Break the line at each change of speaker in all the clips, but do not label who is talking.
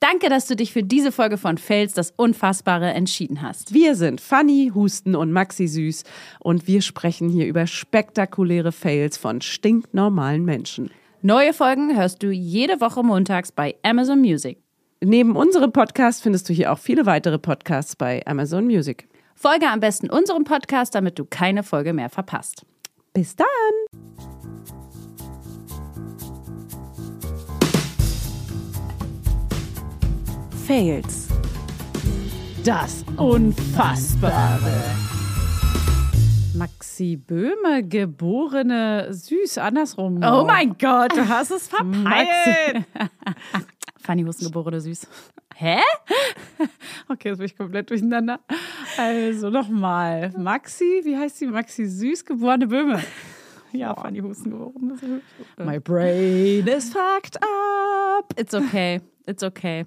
Danke, dass du dich für diese Folge von Fels das Unfassbare entschieden hast.
Wir sind Fanny, Husten und Maxi Süß und wir sprechen hier über spektakuläre Fails von stinknormalen Menschen.
Neue Folgen hörst du jede Woche montags bei Amazon Music.
Neben unserem Podcast findest du hier auch viele weitere Podcasts bei Amazon Music.
Folge am besten unserem Podcast, damit du keine Folge mehr verpasst.
Bis dann!
Fails.
Das Unfassbare. Maxi Böhme, geborene Süß, andersrum.
Oh mein Gott, du hast es verpeilt.
Maxi.
Fanny Husten, geborene Süß. Hä?
Okay, jetzt bin ich komplett durcheinander. Also nochmal. Maxi, wie heißt sie? Maxi Süß, geborene Böhme. Ja, Fanny Husten geboren. Das ist hübsch. My brain is fucked up.
It's okay, it's okay.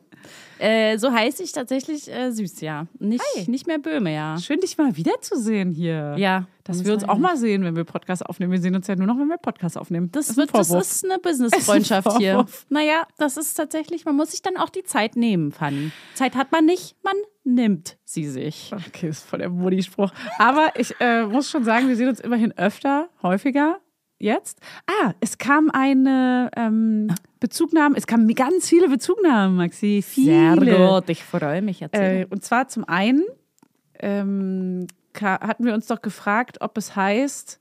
Äh, so heiße ich tatsächlich äh, Süß, ja. Nicht, nicht mehr Böhme, ja.
Schön, dich mal wiederzusehen hier.
Ja.
Dass wir uns auch mal sehen, wenn wir Podcasts aufnehmen. Wir sehen uns ja nur noch, wenn wir Podcasts aufnehmen.
Das,
ist ein
wird, das
Vorwurf.
ist eine Business-Freundschaft
Ist ein
hier.
Vorwurf.
Naja, das ist tatsächlich, man muss sich dann auch die Zeit nehmen, Fanny. Zeit hat man nicht, man nimmt sie sich.
Okay, ist voll der Mudi-Spruch. Aber ich äh, muss schon sagen, wir sehen uns immerhin öfter, häufiger jetzt. Ah, es kam eine ähm, Bezugnahme, es kamen ganz viele Bezugnahmen, Maxi. Viele.
ich freue mich jetzt.
Äh, und zwar zum einen ähm, ka- hatten wir uns doch gefragt, ob es heißt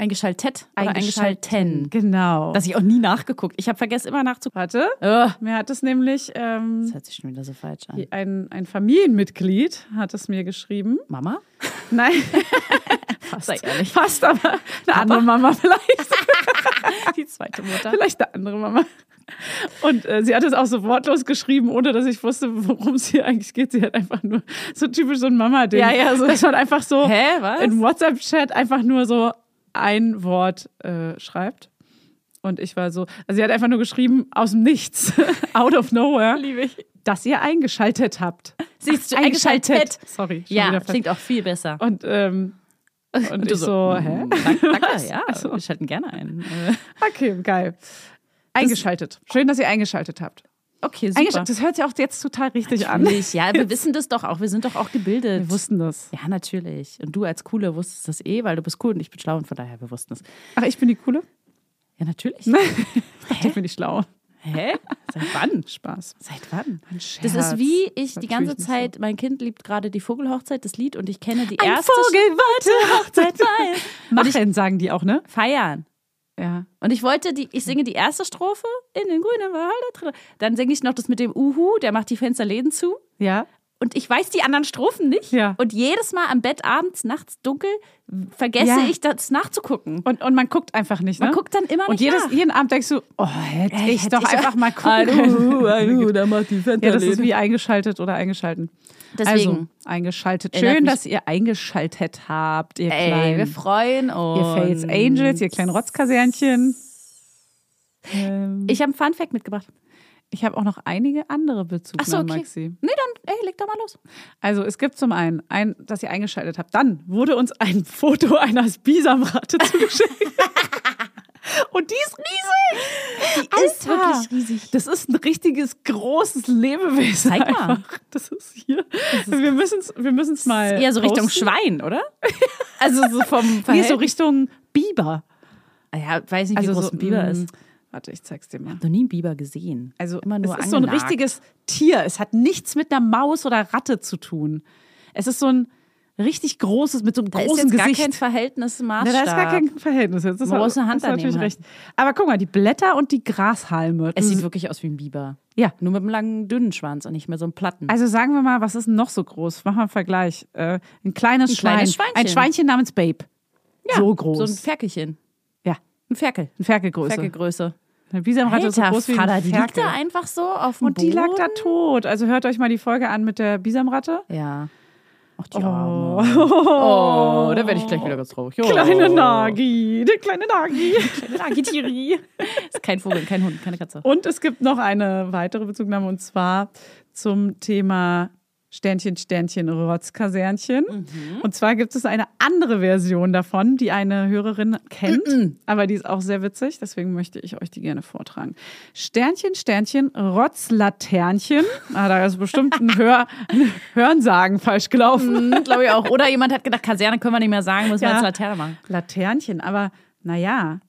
eingeschaltet oder
eingeschalten.
eingeschalten.
Genau.
Dass ich auch nie nachgeguckt. Ich habe vergessen, immer nachzugucken.
Warte,
Oh,
mir hat es nämlich ähm,
das hört sich schon wieder so falsch an.
die- ein, ein Familienmitglied hat es mir geschrieben.
Mama?
Nein,
Sei ehrlich.
fast, aber eine andere Mama vielleicht.
Die zweite Mutter.
Vielleicht eine andere Mama. Und äh, sie hat es auch so wortlos geschrieben, ohne dass ich wusste, worum es hier eigentlich geht. Sie hat einfach nur so typisch so ein Mama-Ding.
Ja, ja, so-
Dass man einfach so
Hä, was?
in WhatsApp-Chat einfach nur so ein Wort äh, schreibt. Und ich war so, also sie hat einfach nur geschrieben, aus dem Nichts, out of nowhere,
Liebe ich.
dass ihr eingeschaltet habt.
Siehst du, eingeschaltet.
Sorry. schon
Ja,
wieder falsch.
klingt auch viel besser.
Und, ähm, und,
Und du
ich so,
mm,
hä?
Danke, danke ja.
Also.
Wir schalten gerne ein. Äh,
Okay, geil. Eingeschaltet. Schön, dass ihr eingeschaltet habt.
Okay, super.
Eingeschaltet. Das hört sich auch jetzt total richtig an.
Natürlich, ja, wir wissen das doch auch. Wir sind doch auch gebildet.
Wir wussten das.
Ja, natürlich. Und du als Coole wusstest das eh, weil du bist cool und ich bin schlau und von daher, wir wussten es.
Ach, ich bin die Coole?
Ja, natürlich.
Ich bin die Schlau.
Hä? Seit wann?
Spaß.
Seit wann?
Ein
Das
Scherz.
ist wie ich die
Natürlich
ganze
nicht so.
Zeit, mein Kind liebt gerade die Vogelhochzeit, das Lied, und ich kenne die
Ein
erste
Vogel wollte
Hochzeit
Hochzeit machen, sagen die auch, ne?
feiern.
Ja.
Und ich wollte die, ich singe die erste Strophe in den grünen Wald. da drin. Dann singe ich noch das mit dem Uhu, der macht die Fensterläden zu.
Ja.
Und ich weiß die anderen Strophen nicht.
Ja.
Und jedes Mal am Bett abends, nachts dunkel, vergesse
Ja.
ich das nachzugucken.
Und, und man guckt einfach nicht, ne?
Man guckt dann immer
und
nicht
jedes,
nach.
jeden Abend denkst du, oh, hätte
Ey,
ich
hätte
doch
ich-
einfach mal gucken
Ein
können.
Uhu, ein Uhu, der macht die
ja, das ist
Fensterläden.
wie eingeschaltet oder eingeschalten. Also,
Deswegen.
eingeschaltet.
Erinnert
Schön,
mich-
dass ihr eingeschaltet habt, ihr
Ey,
kleinen.
wir freuen uns.
Also, Ihr Fails Angels, ihr kleinen Rotzkasernchen.
Ich habe einen Fun Fact mitgebracht.
Ähm, Ich habe auch noch einige andere Bezugnahmen,
Ach so, okay.
Maxi.
Nee, dann, ey, leg doch mal los.
Also es gibt zum einen, ein, dass ihr eingeschaltet habt. Dann wurde uns ein Foto einer Bisamratte zugeschickt. Und die ist riesig. Die
ist wirklich riesig.
Das ist ein richtiges, großes Lebewesen.
Zeig mal.
Einfach. Das ist hier. wir müssen es wir müssen's mal
Eher so Richtung
posten.
Schwein, oder? Also so vom
Nee, so
Verhältnis.
Richtung Biber.
ja, weiß nicht, wie
Also
groß
so,
ein Biber
mm,
ist.
Warte, ich zeig's dir mal.
Noch nie einen Biber gesehen.
Also
immer nur
es ist so ein
angenagt.
richtiges Tier. Es hat nichts mit einer Maus oder Ratte zu tun. Es ist so ein richtig großes, mit so einem
Da ist
großen
jetzt gar
Gesicht.
kein Verhältnismaßstab.
Na, da ist gar kein Verhältnis. Jetzt ist
Man muss eine Hand
ist natürlich
daneben
recht. Aber guck mal, die Blätter und die Grashalme.
es sieht wirklich aus wie ein Biber.
ja.
Nur mit einem langen, dünnen Schwanz und nicht mehr so einem platten.
Also sagen wir mal, was ist denn noch so groß? Machen wir einen Vergleich. Äh, ein kleines,
Ein
Schwein.
kleines
Ein
Schweinchen.
Schweinchen namens Babe. so groß.
So ein Ferkelchen.
ja,
Ein Ferkel.
ein Ferkelgröße.
Ferkelgröße.
Eine Bisamratte ist so
Alter,
groß wie
Vater,
ein
die
Ferkel.
liegt da einfach so auf dem
und die
Boden.
lag da tot. Also hört euch mal die Folge an mit der Bisamratte.
Ja. Ach, die
Oh.
Arme. Oh, da werde ich gleich wieder ganz traurig. Oh.
Kleine Nagi, der kleine Nagi.
Nagitiri. Ist kein Vogel, kein Hund, keine Katze.
Und es gibt noch eine weitere Bezugnahme und zwar zum Thema Sternchen, Sternchen, Rotzkasernchen.
Mhm.
Und zwar gibt es eine andere Version davon, die eine Hörerin kennt, aber die ist auch sehr witzig, deswegen möchte ich euch die gerne vortragen. Sternchen, Sternchen, Rotzlaternchen. Ah, da ist bestimmt ein, Hör, ein Hörensagen falsch gelaufen.
Glaube Mhm, ich auch. Oder jemand hat gedacht, Kaserne können wir nicht mehr sagen, müssen wir
Ja.
jetzt Laterne machen.
Laternchen, aber naja,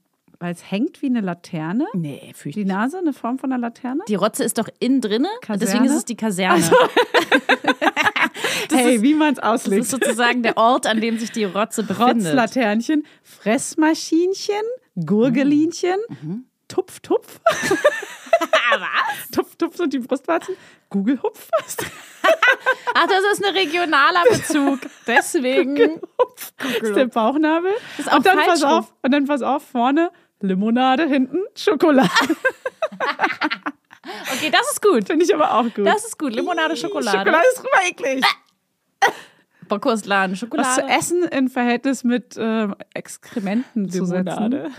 weil es hängt wie eine Laterne.
Nee, fürchte
Die Nase, eine Form von einer Laterne.
Die Rotze ist doch innen drinne, deswegen ist es die Kaserne.
hey, wie man es
Das
auslegt.
ist sozusagen der Ort, an dem sich die Rotze befindet.
Rotzlaternchen, Fressmaschinchen, Gurgelinchen,
Mm, mhm.
Tupf, Tupf.
Ah,
Was? Tupf, Tupf sind die Brustwarzen. Gugelhupf.
Ach, das ist ein regionaler Bezug. Deswegen.
Gugelhupf. ist der Bauchnabel.
Ist auch
und dann
falsch
pass
rum.
auf, und dann pass auf, vorne Limonade, hinten Schokolade.
Ah, Okay, das ist gut.
Finde ich aber auch gut.
Das ist gut. Limonade, Schokolade. Ah,
Schokolade ist super eklig.
Bockwurstladen,
Was zu
Schokolade.
essen im Verhältnis mit ähm, Exkrementen zu setzen.
Limonade.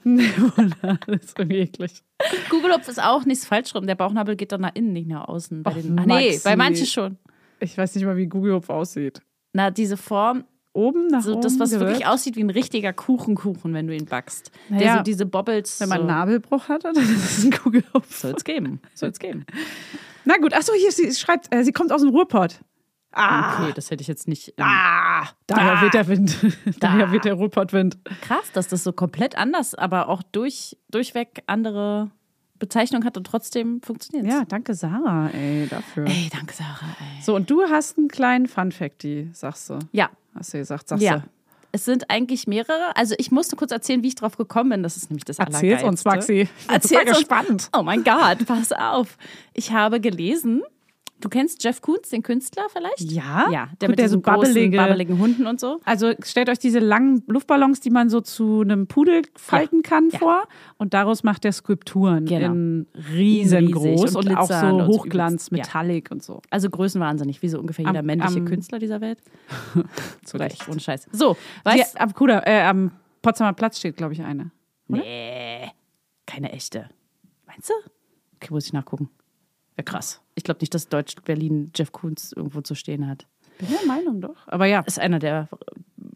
Limonade ist irgendwie eklig.
Gugelhupf ist auch nichts falsch rum. Der Bauchnabel geht dann nach innen, nicht nach außen. Bei
Och,
den, ach, nee,
Maxi.
bei manchen schon.
Ich weiß nicht mal, wie Gugelhupf aussieht.
Na, diese Form,
Oben nach
so
oben.
das, was
gewölbt.
wirklich aussieht wie ein richtiger Kuchenkuchen, wenn du ihn backst. Der
Naja.
so diese Bobbles.
Wenn man
so.
einen Nabelbruch hat, dann ist es ein Kugelhupf.
Soll's geben. Soll's geben.
Na gut, achso, hier, sie schreibt, äh, sie kommt aus dem Ruhrpott.
Okay, das hätte ich jetzt nicht. ähm,
Ah, daher
Da.
weht der Wind. daher weht der Ruhrpottwind.
Krass, dass das so komplett anders, aber auch durch, durchweg andere Bezeichnung hat und trotzdem funktioniert
Ja, danke Sarah, ey, dafür.
Ey, danke, Sarah. Ey.
So, und du hast einen kleinen Funfacty, sagst du.
Ja,
Hast du gesagt, sagst
ja.
du.
Es sind eigentlich mehrere. Also ich musste kurz erzählen, wie ich drauf gekommen bin. Das ist nämlich das
Erzähl's uns, Maxi. Ich bin
Erzähl
total gespannt.
Oh mein Gott, pass auf. Ich habe gelesen, du kennst Jeff Koons, den Künstler vielleicht?
Ja?
Ja, der
Gut,
mit
der so
diesen großen,
babbelige-
babbeligen Hunden und so.
Also stellt euch diese langen Luftballons, die man so zu einem Pudel falten kann,
Ja.
vor. Und daraus macht er Skulpturen
Genau.
in riesengroß
Riesig
und,
und
auch
glitzernd und
so
so
Hochglanz,
übelst. Ja.
Metallic und so.
Also größenwahnsinnig, wie so ungefähr jeder
Am-
männliche
am-
Künstler dieser Welt.
Zu
Recht. Ohne Scheiß. So, weißt
am, Kuder, äh, am Potsdamer Platz steht, glaube ich, eine.
du? Nee, keine echte. Meinst du? Okay, muss ich nachgucken. Wäre krass. Ich glaube nicht, dass Deutsch-Berlin Jeff Koons irgendwo zu stehen hat.
Bin der Meinung doch. Aber ja,
ist einer der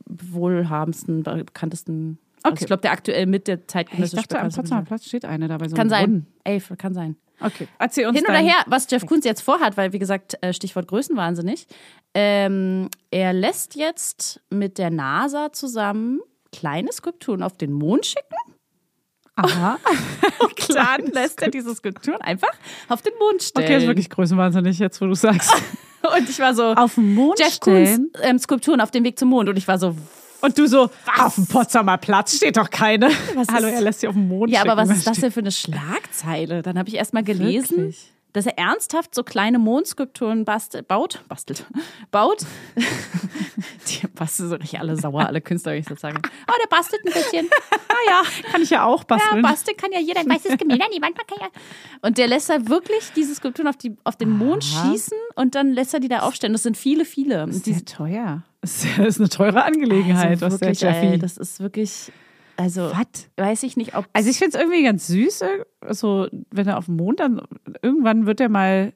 wohlhabendsten, bekanntesten. Also
Okay.
ich glaube, der aktuell mit der
ich
zeitgenössisch
dachte, am
bekannteste
Potsdamer Platz steht eine dabei. So
Kann
ein
sein.
Brunnen.
Ey, kann sein.
Okay, erzähl uns
Hin oder
dein-
her, was Jeff Koons jetzt vorhat, weil, wie gesagt, äh, Stichwort Größenwahnsinnig. Ähm, er lässt jetzt mit der NASA zusammen kleine Skulpturen auf den Mond schicken.
Aha.
Dann also lässt er diese Skulpturen einfach auf den Mond stellen.
Okay, ist wirklich größenwahnsinnig jetzt, wo du sagst.
Und ich war so,
auf den Mond
Jeff Koons
stellen?
ähm, Skulpturen auf dem Weg zum Mond. Und ich war so,
Und du so, auf dem Potsdamer Platz steht doch keine.
ist-
Hallo, er lässt sie auf den Mond
Ja, aber
schicken.
was ist das denn für eine Schlagzeile? Dann habe ich erst mal gelesen,
Wirklich?
dass er ernsthaft so kleine Mondskulpturen bastelt, baut, bastelt, baut. Die basteln so richtig alle sauer, alle Künstler, wenn ich das sage. Oh, der bastelt ein bisschen. Ah ja.
Kann ich ja auch
Ja,
basteln.
basteln kann ja jeder ein weißes Gemälde an die Wand packen. Ja. Und der lässt da wirklich diese Skulpturen auf, die, auf den Mond schießen und dann lässt er die da aufstellen. Das sind viele, viele.
ist sehr teuer. Das ist eine teure Angelegenheit,
also
was der
wirklich, ey,
Jeffy.
das ist wirklich, also
Was?
weiß ich nicht, ob
Also ich finde es irgendwie ganz süß, irg- so wenn er auf dem Mond dann irgendwann wird er mal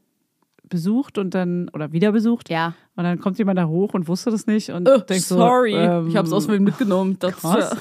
besucht und dann oder wieder besucht
Ja.
und dann kommt jemand da hoch und wusste das nicht und
Äh,
denkt so
sorry,
ähm,
ich habe es aus Versehen mitgenommen. Das,
krass.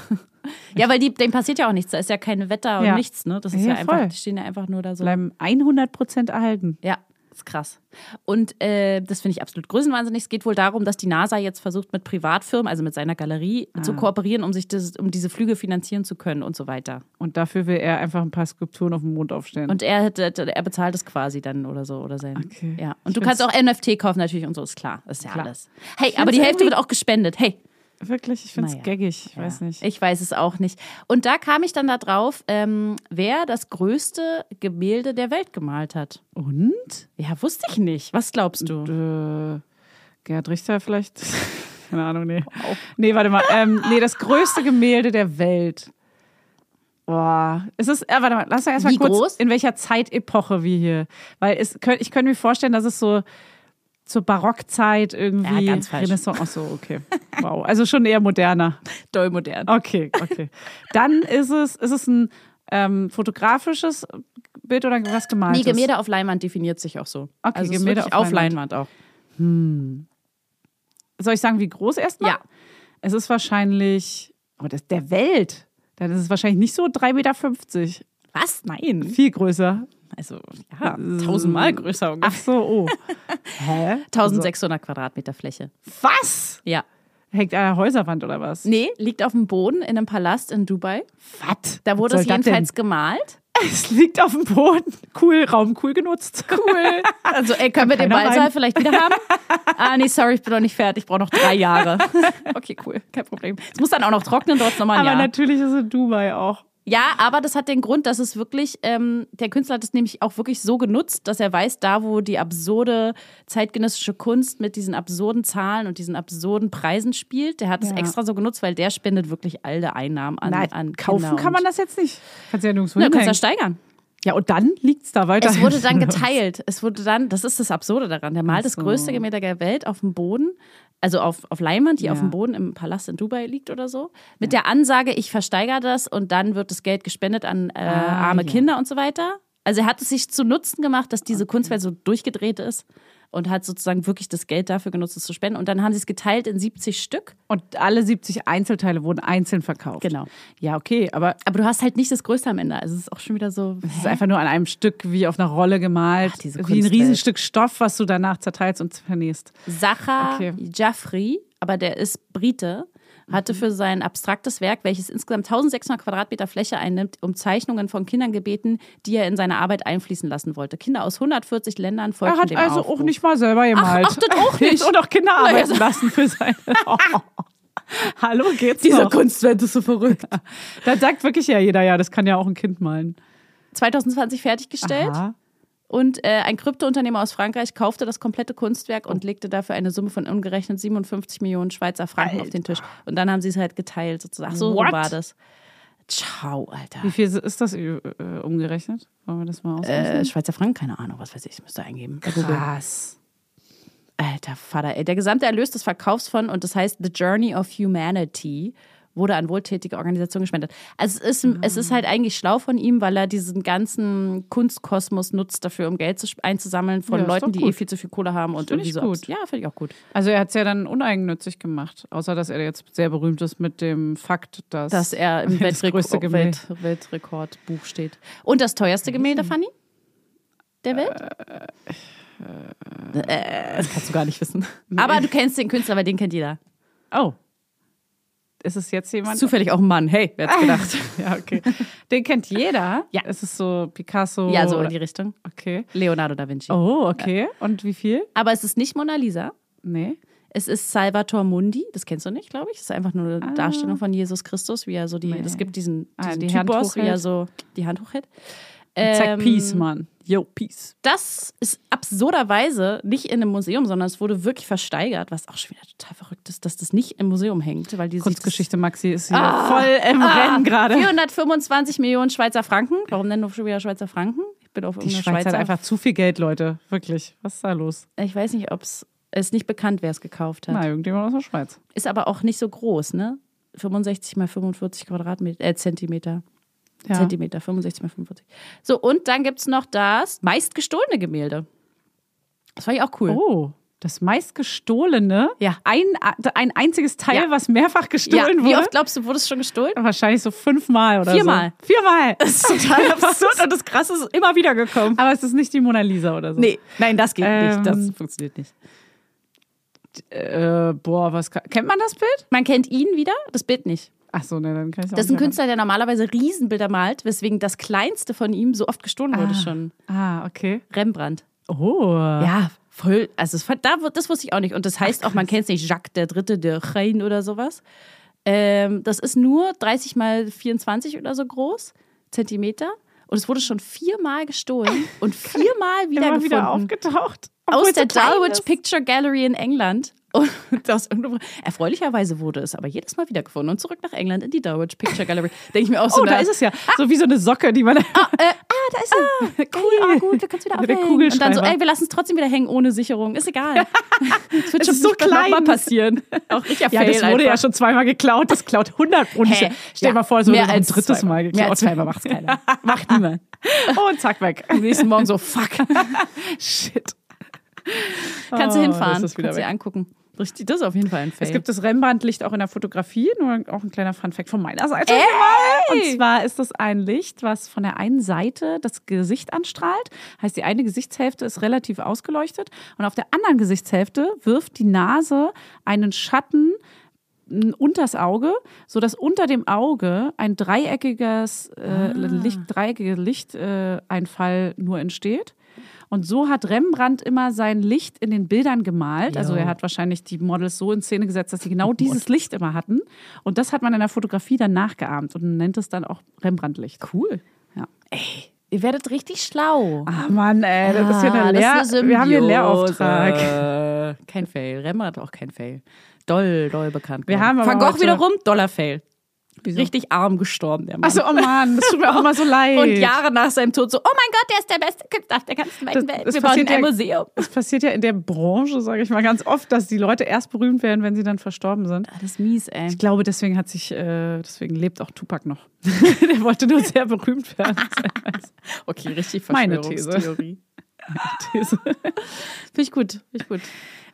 Ja, weil die, dem passiert ja auch nichts. Da ist ja kein Wetter und
Ja.
nichts. Ne? Das ist ja,
Ja,
einfach,
voll.
die stehen ja einfach nur da so.
bleiben 100 Prozent erhalten.
Ja, ist krass. Und äh, das finde ich absolut größenwahnsinnig. Es geht wohl darum, dass die NASA jetzt versucht, mit Privatfirmen, also mit seiner Galerie, zu kooperieren, um sich das, um diese Flüge finanzieren zu können und so weiter.
Und dafür will er einfach ein paar Skulpturen auf dem Mond aufstellen.
Und er, hätte- er bezahlt es quasi dann oder so oder sein.
Okay.
Ja.
Ich
Und du
find's-
kannst auch NFT kaufen natürlich und so, ist klar. Ist ja
Klar.
alles. Hey, aber die Hälfte
irgendwie-
wird auch gespendet. Hey,
Wirklich, ich finde es
Naja.
gaggig, ich weiß
Ja,
nicht.
Ich weiß es auch nicht. Und da kam ich dann darauf, ähm, wer das größte Gemälde der Welt gemalt hat.
Und
Ja, wusste ich nicht. Was glaubst du?
äh, Gerd Richter vielleicht? Keine Ahnung, nee. Nee, warte mal. Ähm, nee, das größte Gemälde der Welt. Boah. Es ist, äh, warte mal, lass mal erstmal
Wie
kurz,
groß?
in welcher Zeitepoche wir hier. Weil es, könnt, ich könnte mir vorstellen, dass es so zur Barockzeit irgendwie.
Ja, ganz falsch.
Renaissance. Ach so, okay. Wow. Also schon eher moderner.
Doll modern.
Okay, okay. Dann ist es, ist es ein ähm, fotografisches Bild oder was gemaltes?
Nee, Gemälde auf Leinwand definiert sich auch so.
Okay,
also es ist
Gemälde
wirklich
auf
auf
Leinwand.
Leinwand auch.
Soll ich sagen, wie groß erstmal?
Ja.
Es ist wahrscheinlich, oh, das ist der Welt. Dann ist es wahrscheinlich nicht so 3,50 Meter.
Was? Nein.
Viel größer.
Also, ja, tausendmal größer.
Ach
ungefähr.
so, oh. Hä?
1600 Quadratmeter Fläche.
Was?
Ja.
Hängt an der Häuserwand oder was?
Nee, liegt auf dem Boden in einem Palast in Dubai.
Was?
Da wurde
Was
es
soll das denn?
jedenfalls gemalt.
Es liegt auf dem Boden. Cool, Raum cool genutzt. Cool.
Also, ey, können wir den
keiner
Ballsaal
rein.
vielleicht wieder haben? ah, nee, sorry, ich bin noch nicht fertig. Ich brauche noch drei Jahre. okay, cool. Kein Problem. Es muss dann auch noch trocknen, dort nochmal ein
Aber
Jahr.
natürlich ist es Dubai auch.
Ja, aber das hat den Grund, dass es wirklich, ähm, der Künstler hat es nämlich auch wirklich so genutzt, dass er weiß, da wo die absurde zeitgenössische Kunst mit diesen absurden Zahlen und diesen absurden Preisen spielt, der hat es
Ja.
extra so genutzt, weil der spendet wirklich alle Einnahmen an, an
kaufen
Kinder
kann man
und,
das jetzt nicht. Kannst ja nirgendwo
Ne, kannst du
hinhängen.
das steigern.
Ja, und dann liegt es da weiter.
Es wurde dann geteilt. Es wurde dann, das ist das Absurde daran. Der malt das
so.
größte Gemälde der Welt auf dem Boden, also auf, auf Leinwand, die
Ja.
auf dem Boden im Palast in Dubai liegt oder so, mit der Ansage, ich versteigere das und dann wird das Geld gespendet an äh,
Ah,
arme
ja.
Kinder und so weiter. Also er hat es sich zu Nutzen gemacht, dass diese Kunstwelt so durchgedreht ist und hat sozusagen wirklich das Geld dafür genutzt, es zu spenden. Und dann haben sie es geteilt in 70 Stück.
Und alle 70 Einzelteile wurden einzeln verkauft.
Genau.
Ja, okay, aber
Aber du hast halt nicht das Größte am Ende. Also es ist auch schon wieder so.
es ist einfach nur an einem Stück wie auf einer Rolle gemalt.
Ach, diese
wie ein
Kunstwelt.
Riesenstück Stoff, was du danach zerteilst und vernähst.
Sacha
Okay.
Jaffrey, aber der ist Brite, hatte
Mhm.
für sein abstraktes Werk, welches insgesamt 1600 Quadratmeter Fläche einnimmt, um Zeichnungen von Kindern gebeten, die er in seine Arbeit einfließen lassen wollte. Kinder aus 140 Ländern folgten
Er hat
dem
also
Aufruf.
auch nicht mal selber gemalt.
ach, das auch nicht.
Und auch Kinder
ja,
arbeiten
so-
lassen für seine. Hallo, geht's noch?
Kunstwelt ist so verrückt.
Da sagt wirklich ja jeder, ja, das kann ja auch ein Kind malen.
2020 fertiggestellt
Aha.
und äh, ein Kryptounternehmer aus Frankreich kaufte das komplette Kunstwerk und
Oh.
legte dafür eine Summe von umgerechnet 57 Millionen Schweizer Franken auf den Tisch. Und dann haben sie es halt geteilt sozusagen. Ach so, so
What?
war das. Ciao, Alter.
Wie viel ist das äh, umgerechnet? Wollen wir das mal ausrechnen?
Äh, Schweizer Franken, keine Ahnung, was weiß ich, ich müsste eingeben. Bei Google.
Krass.
Alter Vater, ey. Der gesamte Erlös des Verkaufs von, und das heißt The Journey of Humanity, wurde an wohltätige Organisationen gespendet. Also es ist, es ist halt
Ah.
eigentlich schlau von ihm, weil er diesen ganzen Kunstkosmos nutzt dafür, um Geld zu, sp- einzusammeln von
Ja, ist
Leuten,
doch
die
gut.
eh viel zu viel Kohle haben und
Find
irgendwie
ich
so.
gut.
abs- Ja, finde ich auch gut.
Also er hat es ja dann uneigennützig gemacht, außer dass er jetzt sehr berühmt ist mit dem Fakt, dass,
Dass er im
das
Weltrek
größte Gemälde. Hm.
Welt Weltrekordbuch steht. Und das teuerste Gemälde, Fanny? Der Welt?
äh.
Äh, das kannst du gar nicht wissen. Aber du kennst den Künstler, weil den kennt jeder.
Oh. Ist es jetzt jemand?
Zufällig auch ein Mann. Hey, wer hätte gedacht?
Also, ja, okay. Den kennt jeder.
Ja.
Es ist so Picasso.
ja, so in die Richtung.
Okay.
Leonardo da Vinci.
Oh, okay. Und wie viel?
Aber es ist nicht Mona Lisa.
Nee.
Es ist Salvator Mundi. Das kennst du nicht, glaube ich. Es ist einfach nur eine Darstellung von Jesus Christus, wie er so die.
Ah. Nee.
Es gibt diesen,
Ah,
diesen
die Hand
Typos, wie er
hochhält.
so die Hand hochhält.
Zack,
Ähm,
Peace, Mann. Yo, Peace.
Das ist absurderweise nicht in einem Museum, sondern es wurde wirklich versteigert, was auch schon wieder total verrückt ist, dass das nicht im Museum hängt, weil die sich das-
Kunstgeschichte Maxi ist hier
Ah.
voll im Rennen gerade.
425 Millionen Schweizer Franken. Warum denn nur schon wieder Schweizer Franken? Ich bin auf
Die
irgendeiner
Schweiz
Schweizer.
hat einfach zu viel Geld, Leute. Wirklich. Was ist da los?
ich weiß nicht, ob es ist nicht bekannt, wer es gekauft hat.
Na, irgendjemand aus der Schweiz.
Ist aber auch nicht so groß, ne? 65 mal 45 Quadratmeter, äh, Zentimeter.
Ja.
Zentimeter, 65 mal 45. So, und dann gibt es noch das meist gestohlene Gemälde. Das fand ich auch cool.
Oh, das meist gestohlene.
Ja.
Ein, ein einziges Teil,
Ja.
was mehrfach
ja,
gestohlen
wie
wurde.
oft glaubst du, wurde es schon gestohlen?
Wahrscheinlich so fünfmal oder
Viermal.
so. Viermal. Viermal.
Das ist total absurd und das Krasse ist immer wieder gekommen.
Aber es ist nicht die Mona Lisa oder so.
Nee, nein, das geht nicht. Das
Ähm.
funktioniert nicht.
Äh, boah, was kann, kennt man das Bild?
Man kennt ihn wieder, das Bild nicht.
Ach so, ne, dann kann ich auch
Das ist ein
nicht
Künstler, der normalerweise Riesenbilder malt, weswegen das kleinste von ihm so oft gestohlen wurde schon.
erkennen. Ah, okay.
Rembrandt.
Oh.
Ja, voll. Also das, fand- da, wu- das wusste ich auch nicht. Und das heißt auch, man kennt es nicht, Jacques der Dritte, der Rein oder sowas. Ähm, das ist nur 30 mal 24 oder so groß, Zentimeter. Und es wurde schon viermal gestohlen und viermal
Immer
wiedergefunden.
wieder aufgetaucht.
aus
obwohl's
der
so klein
Dalwich
ist.
Picture Gallery in England. Und das irgendwo, erfreulicherweise wurde es aber jedes Mal wiedergefunden und zurück nach England in die Dalwich Picture Gallery. Denke ich mir auch so,
Oh, da ist es ja. So wie so eine Socke, die man.
Ah, da ist er. cool, ah, gut, wir können es wieder
Mit der
aufhängen. Und dann so,
Kugelschreiber.
ey, wir lassen es trotzdem wieder hängen ohne Sicherung. Ist egal. Es wird
Es
schon
ist so
nicht noch mal
klein.
passieren. Auch ich
ja, das wurde ja
einfach.
schon zweimal geklaut. Das klaut 100 Pro nicht.
Hä?
Stell dir
Ja,
mal vor, es wurde
mehr
noch ein
als
drittes
zweimal.
Mal
Mehr
geklaut.
als zweimal macht's keiner.
Macht niemand. Und zack, weg.
Am nächsten Morgen so, fuck.
Shit.
Kannst du
Oh,
hinfahren,
das ist wieder
kannst du dir
weg.
angucken. Richtig, das ist auf jeden Fall ein Fail.
Es gibt das Rembrandtlicht auch in der Fotografie, nur auch ein kleiner Funfact von meiner Seite. Und zwar ist das ein Licht, was von der einen Seite das Gesicht anstrahlt. Heißt, die eine Gesichtshälfte ist relativ ausgeleuchtet und auf der anderen Gesichtshälfte wirft die Nase einen Schatten m, unters Auge, sodass unter dem Auge ein dreieckiges äh, Licht, dreieckiger Lichteinfall äh, Einfall nur entsteht. Und so hat Rembrandt immer sein Licht in den Bildern gemalt. Also
Jo.
er hat wahrscheinlich die Models so in Szene gesetzt, dass sie genau dieses Licht immer hatten. Und das hat man in der Fotografie dann nachgeahmt und nennt es dann auch Rembrandt-Licht. Cool. Ja.
Ihr werdet richtig schlau.
Ah Mann, ey, das ist hier
Ah,
eine Lehr
das ist eine
Wir haben hier einen
Symbiose.
Lehrauftrag.
Kein Fail. Rembrandt auch kein Fail. Doll, doll bekannt.
Wir
geworden.
haben aber
Van Gogh
heute-
wiederum, doller Fail. Richtig arm gestorben, der Mann.
Achso, oh Mann, das tut mir auch immer so leid.
Und Jahre nach seinem Tod so, oh mein Gott, der ist der beste Künstler auf der ganzen weiten
Das-
Welt.
das
Äh, Wir bauen
passiert
ein
ja-
Museum.
Es passiert ja in der Branche, sage ich mal, ganz oft, dass die Leute erst berühmt werden, wenn sie dann verstorben sind.
Das ist mies, ey.
Ich glaube, deswegen hat sich, äh, deswegen lebt auch Tupac noch. der wollte nur sehr berühmt werden.
Okay, richtig
Meine
Verschwörungstheorie.
These.
Finde ich gut, finde ich gut.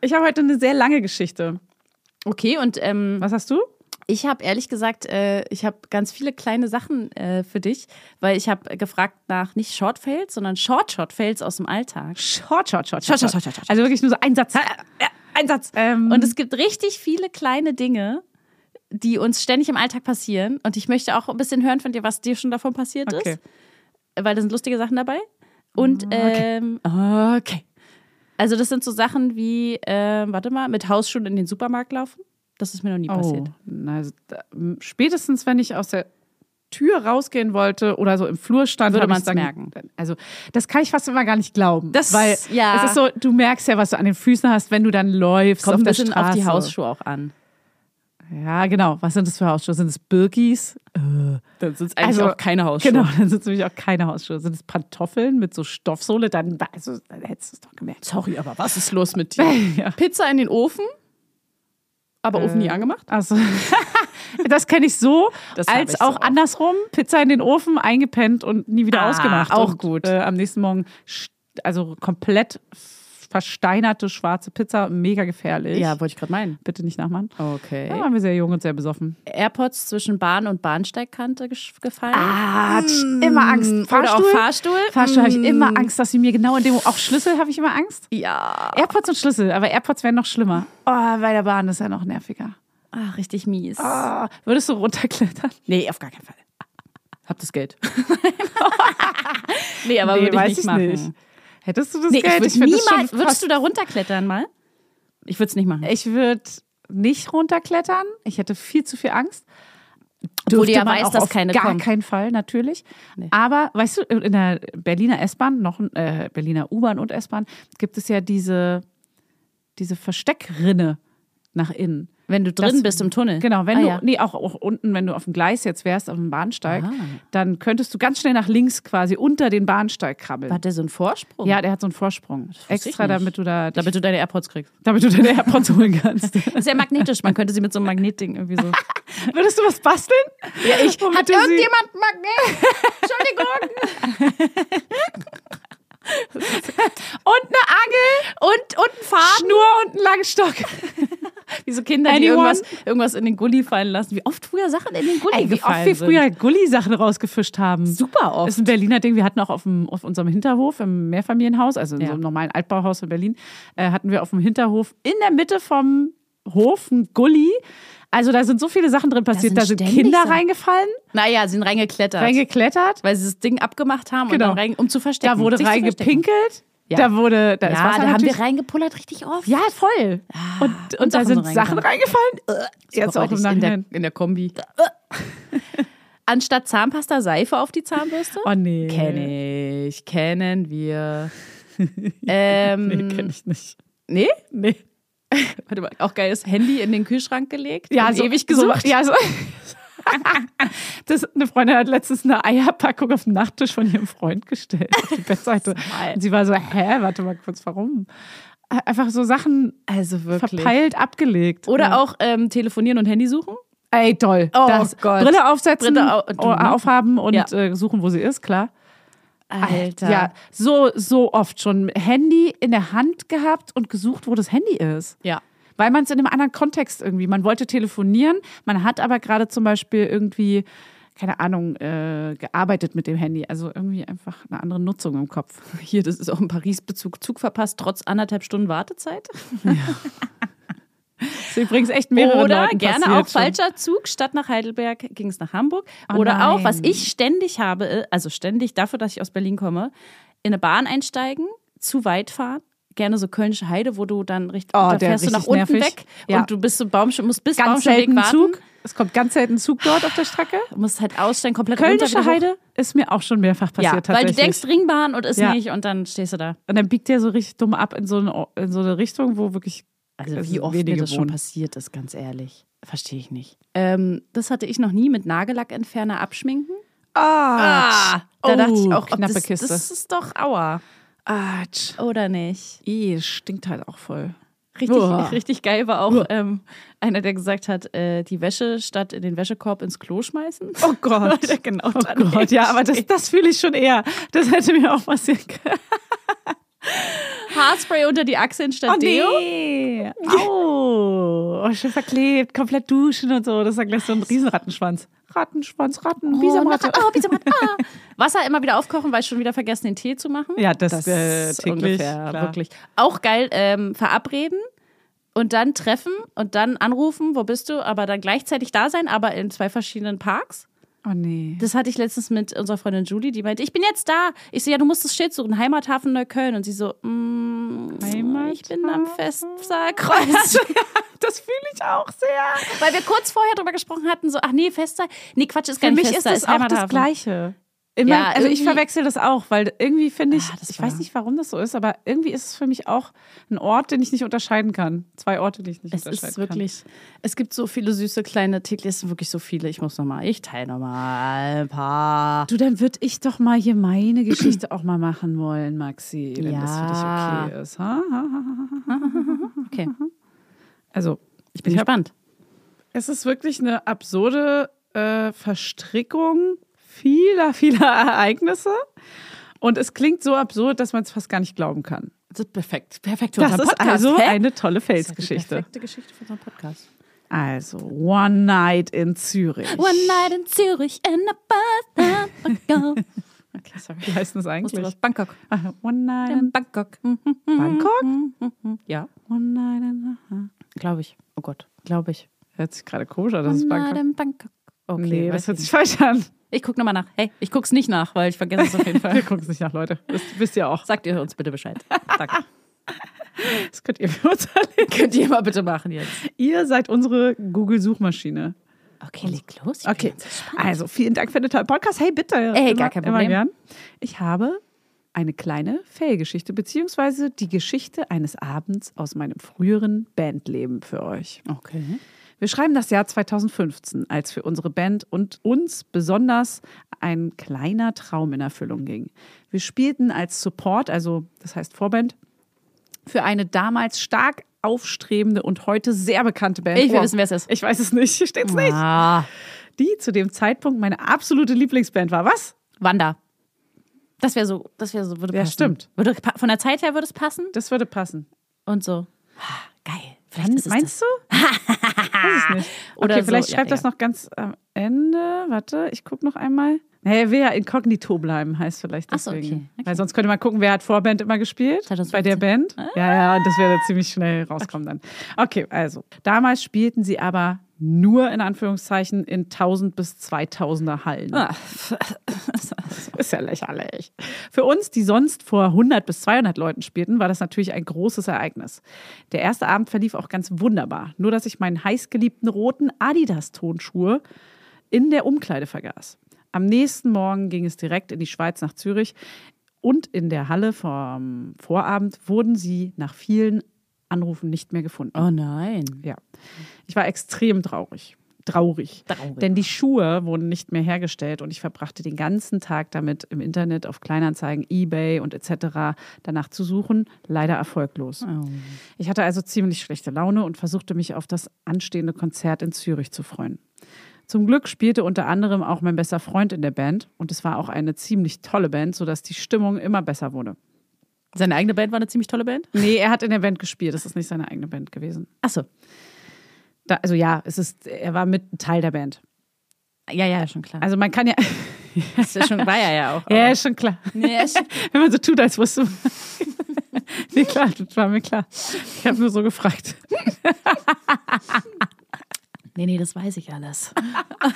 Ich habe heute eine sehr lange Geschichte.
Okay, und ähm,
Was hast du?
Ich habe ehrlich gesagt, äh, ich habe ganz viele kleine Sachen äh, für dich, weil ich habe gefragt nach nicht Shortfails, sondern Short-Short-Fails aus dem Alltag.
Short, short, short,
Short, short, short, short, short.
Also wirklich nur so ein Satz. Ein Satz. Ähm,
Und es gibt richtig viele kleine Dinge, die uns ständig im Alltag passieren. Und ich möchte auch ein bisschen hören von dir, was dir schon davon passiert
okay.
ist, weil da sind lustige Sachen dabei. Und ähm,
Okay.
also das sind so Sachen wie, ähm, warte mal, mit Hausschuhen in den Supermarkt laufen. Das ist mir noch nie
Oh,
passiert.
na, also da, m, spätestens wenn ich aus der Tür rausgehen wollte oder so im Flur stand,
Würde
hab
man's
ich's dann-
merken.
Also das kann ich fast immer gar nicht glauben,
Das-
weil
ja.
es ist so, du merkst ja, was du an den Füßen hast, wenn du dann läufst
Kommt
auf
ein
der
bisschen
Straße.
auf die Hausschuhe auch an.
Ja, genau. Was sind das für Hausschuhe? Sind es Birkis?
Dann sind es
eigentlich auch
keine
Genau, dann sind es nämlich auch keine Hausschuhe. Sind es Pantoffeln mit so Stoffsohle? Dann, also, dann hättest du es doch gemerkt.
Sorry, aber was ist los mit dir?
Ja.
Pizza in den Ofen, aber Ofen nie
Äh,
angemacht.
Also, das kenne ich so,
Das hab
als
ich so
auch
auch.
andersrum. Pizza in den Ofen, eingepennt und nie wieder
Ah,
ausgemacht.
auch
und,
gut.
Äh, am nächsten Morgen, sch- also komplett versteinerte schwarze Pizza, mega gefährlich.
wollte ich gerade meinen.
Bitte nicht nachmachen.
Okay.
Da waren wir sehr jung und sehr besoffen.
AirPods zwischen Bahn und Bahnsteigkante gesch- gefallen.
Ah, immer Angst.
Mm. Oder auch Fahrstuhl.
Fahrstuhl habe ich
Mm,
immer Angst, dass sie mir genau in dem auch Schlüssel habe ich immer Angst.
Ja.
AirPods und Schlüssel, aber AirPods wären noch schlimmer. Oh, bei der Bahn ist ja noch nerviger.
Ach, richtig mies.
Ah, würdest du runterklettern?
Nee, auf gar keinen Fall. Hab das Geld. nee, aber würde ich nicht machen.
Hättest du das
Nee, ich
Geld?
würde
find das schon
niemals.
fast-
Würdest du da runterklettern mal? Ich würde es nicht machen.
Ich würde nicht runterklettern. Ich hätte viel zu viel Angst.
Obwohl du ja
man
weißt,
auch
dass
auf
keine
gar
kommen.
keinen Fall natürlich. Aber weißt du, in der Berliner S-Bahn, noch äh, Berliner U-Bahn und S-Bahn gibt es ja diese diese Versteckrinne nach innen.
Wenn du drin
Das-
bist im Tunnel.
Genau, wenn
Ah,
du,
ja.
nee, auch, auch unten, wenn du auf dem Gleis jetzt wärst, auf dem Bahnsteig,
Ah.
dann könntest du ganz schnell nach links quasi unter den Bahnsteig krabbeln.
Hat der so einen Vorsprung?
Ja, der hat so einen Vorsprung.
wusste ich
Extra,
nicht.
damit du da,
Damit du deine AirPods kriegst.
damit du deine AirPods holen kannst.
Das ist ja magnetisch. Man könnte sie mit so einem Magnetding irgendwie so.
Würdest du was basteln? Ja, ich. Hat
Magnet? Entschuldigung.
Und eine Angel,
Und, und ein Faden.
Schnur und einen langen Stock.
Wie so Kinder, die
Anyone?
irgendwas, irgendwas in den Gully fallen lassen. Wie oft früher Sachen in den Gully
Ey, wie oft
gefallen
wir
sind.
früher Gulli-Sachen rausgefischt haben.
Super oft.
Das ist ein Berliner Ding. Wir hatten auch auf, dem, auf unserem Hinterhof im Mehrfamilienhaus, also in
Ja.
so einem normalen Altbauhaus in Berlin, äh, hatten wir auf dem Hinterhof in der Mitte vom Hof einen Gulli. Also da sind so viele Sachen drin passiert.
sind
Da sind,
ständig
Kinder
Sachen.
reingefallen,
Naja, sie sind reingeklettert.
reingeklettert.
weil sie das Ding abgemacht haben,
Genau.
und dann rein, um zu verstecken.
Da wurde
sich zu verstecken.
reingepinkelt.
Ja.
Da wurde, da ist
Ja,
Wasser
da haben
natürlich
wir reingepullert richtig oft.
Ja, voll. und und,
Ah, und
da
Sachen
sind
so
Sachen reingefallen. Jetzt auch im
in der,
Nachhinein.
in der Kombi. Anstatt Zahnpasta Seife auf die Zahnbürste.
Oh nee.
Kenne ich, kennen wir. ähm,
Nee, kenn ich nicht.
nee?
Nee.
Warte mal, auch geil ist Handy in den Kühlschrank gelegt.
Ja,
und
so,
ewig gesucht.
So, ja, so. Das, eine Freundin hat letztens eine Eierpackung auf den Nachttisch von ihrem Freund gestellt. Auf die Bettseite.
Mal.
Und sie war so, hä, warte mal kurz, warum? Äh, Einfach so Sachen
Also wirklich.
verpeilt abgelegt.
Oder
Ja.
auch ähm, telefonieren und Handy suchen.
Ey, toll.
Oh
das,
Gott.
Brille aufsetzen,
Brille au- mhm.
oh, aufhaben und
Ja.
äh, suchen, wo sie ist, klar.
Alter.
Ja, so, so oft schon Handy in der Hand gehabt und gesucht, wo das Handy ist.
Ja.
Weil man es in einem anderen Kontext irgendwie, man wollte telefonieren, man hat aber gerade zum Beispiel irgendwie, keine Ahnung, äh, gearbeitet mit dem Handy. Also irgendwie einfach eine andere Nutzung im Kopf.
Hier, das ist auch ein Paris-Bezug. Zug verpasst, trotz anderthalb Stunden Wartezeit.
Das ist übrigens echt mehrere
Oder
Leuten
gerne
passiert
auch falscher Zug. Statt nach Heidelberg ging es nach Hamburg.
Oh
Oder auch, was
nein.
ich ständig habe, äh, also ständig dafür, dass ich aus Berlin komme, in eine Bahn einsteigen, zu weit fahren. Gerne so Kölnische Heide, wo du dann richtig,
Oh,
da
der
fährst du nach
richtig
unten
nervig.
weg
Ja.
und du bist so Baumschirm, musst bis
Schon. Ganz
Baumschirmweg
selten
warten.
Zug. Es kommt ganz selten Zug dort auf der Strecke.
Musst halt aussteigen, komplett runter,
Kölnische
wieder hoch.
Heide ist mir auch schon mehrfach passiert.
Ja, weil du
tatsächlich.
denkst Ringbahn und ist
Ja.
nicht und dann stehst du da.
Und dann biegt der so richtig dumm ab in so eine, in so eine Richtung, wo wirklich.
Also
es
wie oft mir
wenige
das schon
wohnen.
passiert ist, ganz ehrlich. Verstehe ich nicht. Ähm, das hatte ich noch nie mit Nagellackentferner abschminken.
Ah,
da dachte ich auch, ob
knappe
das,
Kiste.
das ist doch Aua.
Atsch.
Oder nicht?
Ih, stinkt halt auch voll.
Richtig,
Uah.
richtig geil war auch ähm, einer, der gesagt hat, äh, die Wäsche statt in den Wäschekorb ins Klo schmeißen.
Oh Gott.
Weil der genau
Oh
daneben
Gott, ja, aber das,
steht.
das fühle ich schon eher. Das hätte mir auch passieren können.
Haarspray unter die
Oh,
Achseln statt Deo.
nee. Au. Oh, schön verklebt, komplett duschen und so. Das ist ja gleich so ein Riesenrattenschwanz. Rattenschwanz, Ratten, Bisamratte.
Oh, Bisamratte. Ah. Wasser immer wieder aufkochen, weil schon wieder vergessen, den Tee zu machen.
Ja, das,
Das
äh,
ist
täglich,
ungefähr,
klar.
wirklich. Auch geil, ähm, verabreden und dann treffen und dann anrufen, wo bist du, aber dann gleichzeitig da sein, aber in zwei verschiedenen Parks.
Oh nee.
Das hatte ich letztens mit unserer Freundin Julie, die meinte, ich bin jetzt da. Ich so, ja, du musst das Schild suchen, Heimathafen Neukölln. Und sie so, mm, ich bin am Festsaalkreuz.
Das fühle ich auch sehr.
Weil wir kurz vorher drüber gesprochen hatten, so, ach nee, Festsaal. Nee, Quatsch, ist gar
Für
nicht
mich ist
Festsaal,
das auch das
Heimathafen.
Gleiche. Ich
Ja,
mein, also ich
irgendwie-
verwechsel das auch, weil irgendwie finde ich,
Ah, das
ich
war-
weiß nicht, warum das so ist, aber irgendwie ist es für mich auch ein Ort, den ich nicht unterscheiden kann. Zwei Orte, die ich nicht
Es
unterscheiden
ist halt wirklich, es gibt so viele süße kleine täglich, es sind wirklich so viele. Ich muss nochmal, ich teile nochmal ein paar.
kann. Du, dann würde ich doch mal hier meine Geschichte auch mal machen wollen, Maxi, wenn das für
Ja.
dich okay ist. Ha? Ha, ha, ha.
Okay,
Also,
Mhm. ich bin
Ich hab-
gespannt.
Es ist wirklich eine absurde äh, Verstrickung vieler, vieler Ereignisse. Und es klingt so absurd, dass man es fast gar nicht glauben kann.
Das ist perfekt, perfekt für
Das ist also eine tolle Felsgeschichte.
perfekte Geschichte für unseren Podcast.
Also, One Night in Zürich.
One night in Zürich in a bus down Bangkok. Okay, sorry.
Wie heißt denn
Musst
das
du
eigentlich?
raus. Bangkok.
Ah, One Night
In
in
Bangkok.
Bangkok?
Ja,
One Night in. aha.
glaube ich. Oh Gott, glaube ich.
Hört sich gerade komisch an, das ist
One night
Bangkok.
in Bangkok. Okay,
Nee,
weiß
das
ich
hört
nicht.
sich falsch an.
Ich gucke nochmal nach. Hey, ich guck's nicht nach, weil ich vergesse es auf jeden Fall.
Wir gucken es nicht nach, Leute. Das wisst ihr auch.
Sagt ihr uns bitte Bescheid. Danke.
Das könnt ihr für uns alle.
Könnt ihr mal bitte machen jetzt.
Ihr seid unsere Google-Suchmaschine.
Okay, leg los.
Okay, also vielen Dank für den tollen Podcast. Hey, bitte.
Ey, gar kein Problem.
Immer gern. Ich habe eine kleine Fail-Geschichte, beziehungsweise die Geschichte eines Abends aus meinem früheren Bandleben für euch.
Okay.
Wir schreiben das Jahr 2015, als für unsere Band und uns besonders ein kleiner Traum in Erfüllung ging. Wir spielten als Support, also das heißt Vorband, für eine damals stark aufstrebende und heute sehr bekannte Band.
Ich will wissen, wer es ist.
Ich weiß es nicht, hier steht's nicht
Ah,
die zu dem Zeitpunkt meine absolute Lieblingsband war. Was?
Wanda. Das wäre so, das wäre so, würde
Ja,
passen.
stimmt.
Würde, pa- von der Zeit her würde es passen
Das würde passen.
und so. Ah, Geil. Vielleicht ist es
Meinst du? Weiß ich nicht.
Oder
okay,
so,
vielleicht
ja,
schreibt das
ja.
noch ganz am Ende. Warte, ich gucke noch einmal. Naja, er will ja inkognito bleiben, heißt vielleicht
Ach so,
deswegen.
okay, okay.
Weil sonst könnte man gucken, wer hat Vorband immer gespielt. Bei der
2015.
Band.
Ah.
Ja, ja, und das wäre ziemlich schnell rauskommen dann. Okay, also. Damals spielten sie aber nur in Anführungszeichen in 1000 bis 2000er Hallen.
das.
Ist ja lächerlich. Für uns, die sonst vor 100 bis 200 Leuten spielten, war das natürlich ein großes Ereignis. Der erste Abend verlief auch ganz wunderbar. Nur, dass ich meinen heißgeliebten roten Adidas-Tonschuhe in der Umkleide vergaß. Am nächsten Morgen ging es direkt in die Schweiz nach Zürich und in der Halle vom Vorabend wurden sie nach vielen Anrufen nicht mehr gefunden.
Oh nein.
Ja. Ich war extrem traurig. Traurig.
Traurig.
Denn die Schuhe wurden nicht mehr hergestellt und ich verbrachte den ganzen Tag damit, im Internet auf Kleinanzeigen, Ebay und etc. danach zu suchen, leider erfolglos.
Oh.
Ich hatte also ziemlich schlechte Laune und versuchte mich auf das anstehende Konzert in Zürich zu freuen. Zum Glück spielte unter anderem auch mein bester Freund in der Band und es war auch eine ziemlich tolle Band, sodass die Stimmung immer besser wurde.
Seine eigene Band war eine ziemlich tolle Band.
Nee, er hat in der Band gespielt, das ist nicht seine eigene Band gewesen.
Achso.
Da, also ja, es ist, er war mit ein Teil der Band.
Ja, ja, schon klar.
Also man kann ja,
Das ist schon, war er ja auch.
ja, ist schon klar.
Nee, ist-
Wenn man so tut, als wusste man. nee, klar, das war mir klar. Ich habe nur so gefragt.
nee, nee, das weiß ich alles.
Aber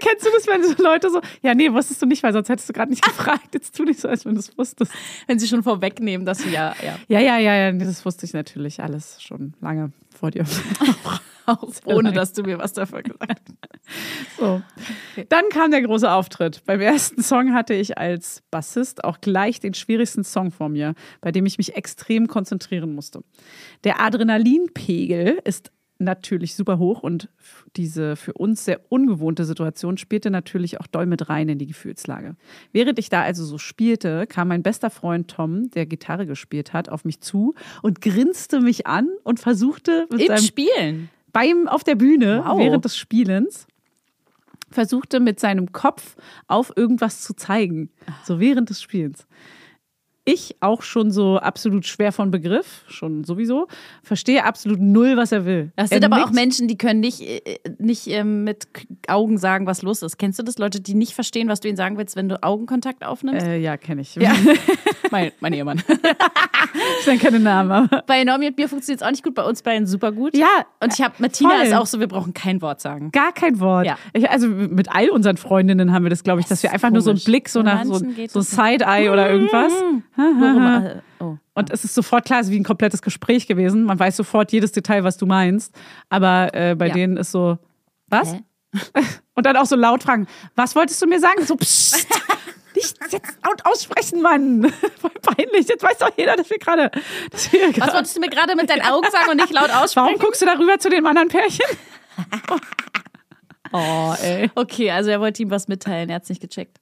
kennst du das, wenn so Leute so, ja, nee, wusstest du nicht, weil sonst hättest du gerade nicht gefragt. Jetzt tu nicht so, als wenn du es wusstest.
Wenn sie schon vorwegnehmen, dass sie ja, ja.
Ja, ja, ja, ja, nee, das wusste ich natürlich alles schon lange vor dir.
Auch ohne, dass du mir was davon gesagt hast.
So. Dann kam der große Auftritt. Beim ersten Song hatte ich als Bassist auch gleich den schwierigsten Song vor mir, bei dem ich mich extrem konzentrieren musste. Der Adrenalinpegel ist natürlich super hoch und f- diese für uns sehr ungewohnte Situation spielte natürlich auch doll mit rein in die Gefühlslage. Während ich da also so spielte, kam mein bester Freund Tom, der Gitarre gespielt hat, auf mich zu und grinste mich an und versuchte mit
Im
seinem
Spielen.
beim auf der Bühne
Wow.
während des Spielens versuchte mit seinem Kopf auf irgendwas zu zeigen, so während des Spielens. Ich auch schon so absolut schwer von Begriff, schon sowieso, verstehe absolut null, was er will.
Das
er
sind aber auch
nickt-
Menschen, die können nicht, äh, nicht ähm, mit K- Augen sagen, was los ist. Kennst du das? Leute, die nicht verstehen, was du ihnen sagen willst, wenn du Augenkontakt aufnimmst?
Äh, ja, kenne ich.
Äh, mein, mein Ehemann.
Ich nenne keine Namen, aber.
Bei Normie und mir funktioniert es auch nicht gut, bei uns beiden super gut.
Ja,
Und ich habe, Martina
voll.
ist auch so, wir brauchen kein Wort sagen.
gar kein Wort.
Ja.
Ich, also mit all unseren Freundinnen haben wir das, glaube ich, dass
ist
wir einfach nur so einen
komisch.
Blick, so
Bei
nach so,
manchen geht
so
das Mhm.
Side-Eye oder irgendwas.
Worum, äh, oh.
Und es ist sofort klar, es ist wie ein komplettes Gespräch gewesen. Man weiß sofort jedes Detail, was du meinst. Aber äh, bei
Ja.
denen ist so, was?
Hä?
Und dann auch so laut fragen, was wolltest du mir sagen? So, psst, nicht jetzt laut aussprechen, Mann. Voll peinlich. Jetzt weiß doch jeder, dass wir gerade, dass wir
Was
gerade,
wolltest du mir gerade mit deinen Augen sagen und nicht laut
warum
aussprechen?
guckst du darüber zu dem anderen Pärchen?
Oh, ey. Okay, also er wollte ihm was mitteilen, er hat es nicht gecheckt.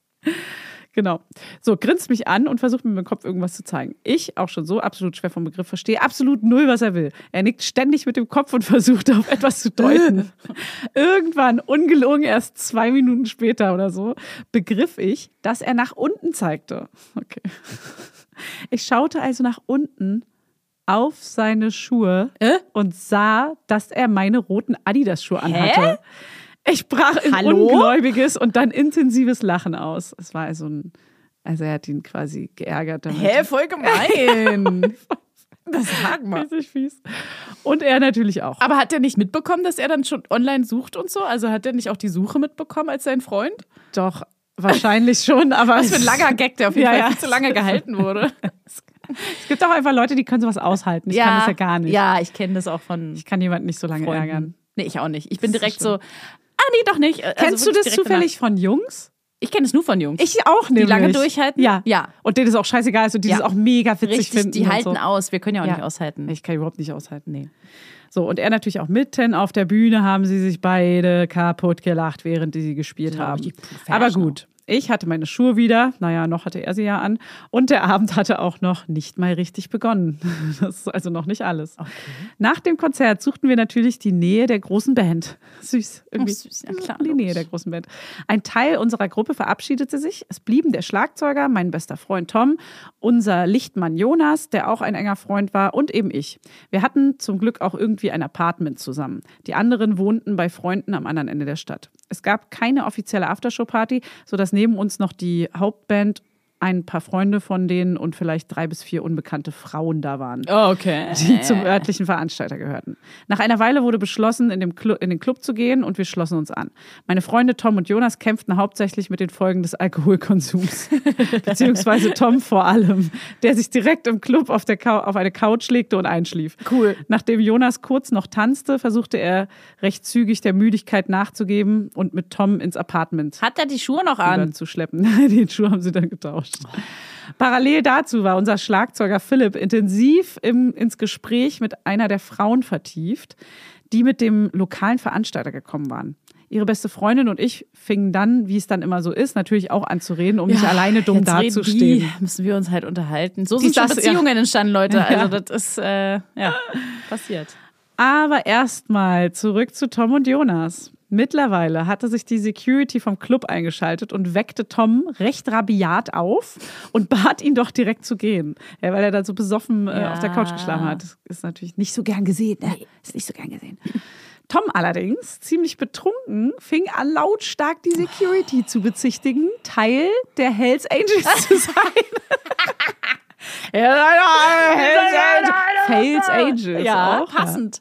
Genau. So, grinst mich an und versucht mit meinem Kopf irgendwas zu zeigen. Ich, auch schon so, absolut schwer vom Begriff, verstehe absolut null, was er will. Er nickt ständig mit dem Kopf und versucht auf etwas zu deuten. Irgendwann, ungelungen, erst zwei Minuten später oder so, begriff ich, dass er nach unten zeigte. Okay. Ich schaute also nach unten auf seine Schuhe
Äh?
und sah, dass er meine roten Adidas-Schuhe anhatte. Ich brach in
Hallo?
ungläubiges und dann intensives Lachen aus. Es war also ein, also er hat ihn quasi geärgert damit.
voll gemein. das sag
Richtig fies. Und er natürlich auch.
Aber hat er nicht mitbekommen, dass er dann schon online sucht und so? Also hat er nicht auch die Suche mitbekommen als sein Freund?
Doch, wahrscheinlich schon, aber
Was für ein langer Gag, der auf jeden
Ja,
Fall
ja.
viel zu lange gehalten wurde.
es gibt auch einfach Leute, die können sowas aushalten. Ich kann das ja gar nicht.
Ja, ich kenne das auch von
Ich kann jemanden nicht so lange
Freunden.
ärgern.
Nee, ich auch nicht. Ich bin
Das ist
direkt
so
so, ah nee, doch nicht. Also
Kennst du
wirklich
das
direkt danach.
zufällig von Jungs?
Ich kenne es nur von Jungs.
Ich auch nämlich.
lange durchhalten?
Ja.
Ja.
Und denen es auch scheißegal ist und die
Ja.
das auch mega witzig
Richtig,
finden.
die
und
halten
so.
aus. Wir können ja auch
Ja.
nicht aushalten.
Ich kann überhaupt nicht aushalten.
Nee.
So, und er natürlich auch mitten auf der Bühne haben sie sich beide kaputt gelacht, während Genau, die sie gespielt
sind auch
haben.
richtig professional.
Aber gut, ich hatte meine Schuhe wieder. Naja, noch hatte er sie ja an. Und der Abend hatte auch noch nicht mal richtig begonnen. Das ist also noch nicht alles. Nach dem Konzert suchten wir natürlich die Nähe der großen Band. Süß. Irgendwie.
Ach, süß. Ja, klar,
Die Nähe
logisch.
der großen Band. Ein Teil unserer Gruppe verabschiedete sich. Es blieben der Schlagzeuger, mein bester Freund Tom, unser Lichtmann Jonas, der auch ein enger Freund war, und eben ich. Wir hatten zum Glück auch irgendwie ein Apartment zusammen. Die anderen wohnten bei Freunden am anderen Ende der Stadt. Es gab keine offizielle Aftershow-Party, sodass neben uns noch die Hauptband ein paar Freunde von denen und vielleicht drei bis vier unbekannte Frauen da waren
Oh,
Okay.
die zum örtlichen Veranstalter gehörten. Nach einer Weile wurde beschlossen, in, dem Clu in den Club zu gehen und wir schlossen uns an. Meine Freunde Tom und Jonas kämpften hauptsächlich mit den Folgen des Alkoholkonsums, beziehungsweise Tom vor allem, der sich direkt im Club auf, der Cou- auf eine Couch legte und einschlief.
Cool.
Nachdem Jonas kurz noch tanzte, versuchte er recht zügig der Müdigkeit nachzugeben und mit Tom ins Apartment
Hat er die Schuhe noch
an.
an?
zu schleppen. Nein, den Schuh haben sie dann getauscht. Parallel dazu war unser Schlagzeuger Philipp intensiv im, ins Gespräch mit einer der Frauen vertieft, die mit dem lokalen Veranstalter gekommen waren. Ihre beste Freundin und ich fingen dann, wie es dann immer so ist, natürlich auch an zu reden, um nicht alleine dumm
Jetzt reden
dazustehen.
Die, müssen wir uns halt unterhalten. So
Die
sind schon
saß-
Beziehungen entstanden, Leute.
Ja.
Also das ist äh, ja passiert.
Aber erstmal zurück zu Tom und Jonas. Mittlerweile hatte sich die Security vom Club eingeschaltet und weckte Tom recht rabiat auf und bat ihn doch direkt zu gehen, ja, weil er da so besoffen äh,
Ja.
auf der Couch geschlafen hat. Das ist natürlich nicht so gern gesehen. Ne? Ist nicht so gern gesehen. Tom allerdings, ziemlich betrunken, fing an, lautstark die Security zu bezichtigen, Teil der Hells Angels zu sein. Ja, leider, Hells Angels. Hells Angels.
Ja,
auch, Oh
passend.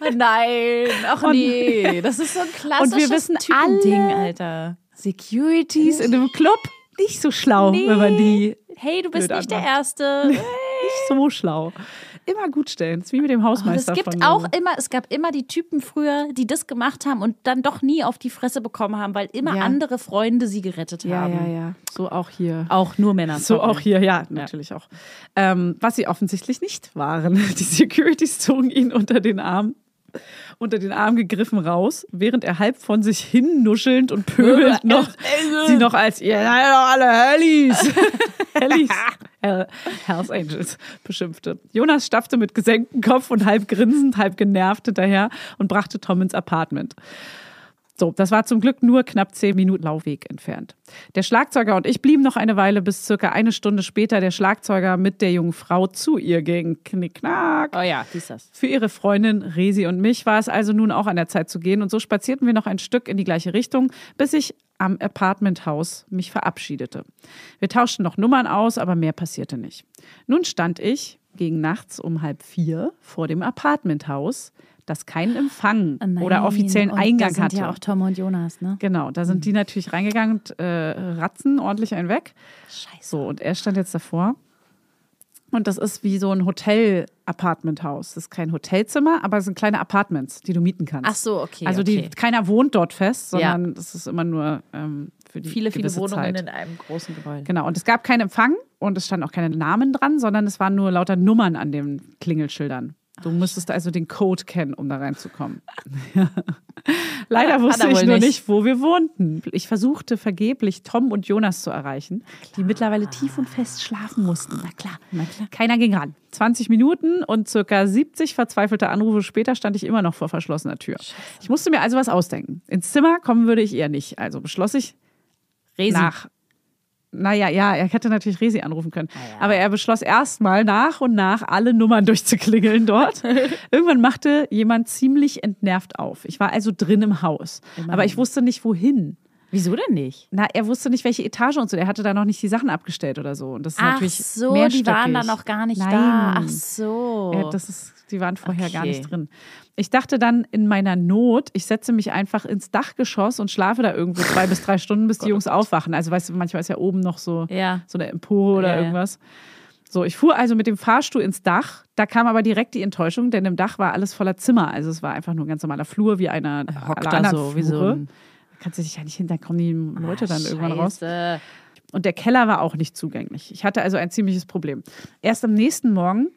Oh Nein, ach nee. Das ist so ein klassisches
Und wir wissen alle-
Typending, Alter.
Securities in einem Club. Nicht so schlau, wenn man die
Hey, du bist
Blöd
nicht der
anmacht.
Erste.
nicht so schlau. Immer gut stellen. Ist wie mit dem
Und es
Hausmeister.
Oh, gibt
von,
auch immer, es gab immer die Typen früher, die das gemacht haben und dann doch nie auf die Fresse bekommen haben, weil immer
Ja.
andere Freunde sie gerettet
Ja,
haben.
ja, ja. So auch hier.
Auch nur Männer.
So
sorry.
auch hier, ja, natürlich auch. Ähm, was sie offensichtlich nicht waren. Die Securities zogen ihn unter den Arm, unter den Arm gegriffen raus, während er halb von sich hinnuschelnd und pöbelnd noch sie noch als ihr seid doch alle Hellies. Hellies. Hell- Hells Angels beschimpfte. Jonas staffte mit gesenktem Kopf und halb grinsend, halb genervt hinterher und brachte Tom ins Apartment. So, das war zum Glück nur knapp zehn Minuten Laufweg entfernt. Der Schlagzeuger und ich blieben noch eine Weile, bis circa eine Stunde später der Schlagzeuger mit der jungen Frau zu ihr ging. Knickknack.
Oh ja, siehst das.
Für ihre Freundin Resi und mich war es also nun auch an der Zeit zu gehen und so spazierten wir noch ein Stück in die gleiche Richtung, bis ich am Apartmenthaus mich verabschiedete. Wir tauschten noch Nummern aus, aber mehr passierte nicht. Nun stand ich gegen nachts um halb vier vor dem Apartmenthaus, das keinen Empfang
Oh
oder offiziellen Eingang
das sind
hatte.
ja auch Tom und Jonas, ne?
Genau, da sind die natürlich reingegangen und äh, ratzen ordentlich einen weg.
Scheiße.
So, und er stand jetzt davor. Und das ist wie so ein Hotel-Apartmenthaus. Das ist kein Hotelzimmer, aber es sind kleine Apartments, die du mieten kannst.
Ach so, okay.
Also die,
okay.
keiner wohnt dort fest,
Ja.
sondern das ist immer nur ähm, für die
Viele, viele
gewisse
Wohnungen
Zeit.
in einem großen Gebäude.
Genau, und es gab keinen Empfang und es standen auch keine Namen dran, sondern es waren nur lauter Nummern an den Klingelschildern. Du müsstest also den Code kennen, um da reinzukommen. Leider wusste
Ah, er
ich
wohl
nur
nicht.
nicht, wo wir wohnten. Ich versuchte vergeblich, Tom und Jonas zu erreichen, die mittlerweile tief und fest schlafen mussten. Na klar, na klar. Keiner ging ran. 20 Minuten und circa 70 verzweifelte Anrufe später stand ich immer noch vor verschlossener Tür. Ich musste mir also was ausdenken. Ins Zimmer kommen würde ich eher nicht. Also beschloss ich,
Resi.
nach. Naja, ja, er hätte natürlich Resi anrufen können.
Ah, ja.
Aber er beschloss erstmal nach und nach alle Nummern durchzuklingeln dort. Irgendwann machte jemand ziemlich entnervt auf. Ich war also drin im Haus. Aber ich wusste nicht, wohin.
Wieso denn nicht?
Na, er wusste nicht, welche Etage und so. Er hatte da noch nicht die Sachen abgestellt oder so. Und das ist
Ach
natürlich
so, die
mehrstöckig.
waren da noch gar nicht
Nein.
da. Ach so.
Ja, Äh, das ist, die waren vorher gar
Oh. Okay.
nicht drin. Ich dachte dann in meiner Not, ich setze mich einfach ins Dachgeschoss und schlafe da irgendwo zwei bis drei Stunden, bis die Jungs aufwachen. Also weißt du, manchmal ist ja oben noch so,
oh Ja.
so eine Empore oder
Ja, ja.
irgendwas. So, ich fuhr also mit dem Fahrstuhl ins Dach. Da kam aber direkt die Enttäuschung, denn im Dach war alles voller Zimmer. Also es war einfach nur ein ganz normaler Flur wie einer
Äh, hockt
aller
da
anderen
so, wie so
Flure.
ein- Ah,
Da kannst du dich ja nicht hin, da kommen die Leute dann irgendwann raus.
Scheiße.
Und der Keller war auch nicht zugänglich. Ich hatte also ein ziemliches Problem. Erst am nächsten Morgen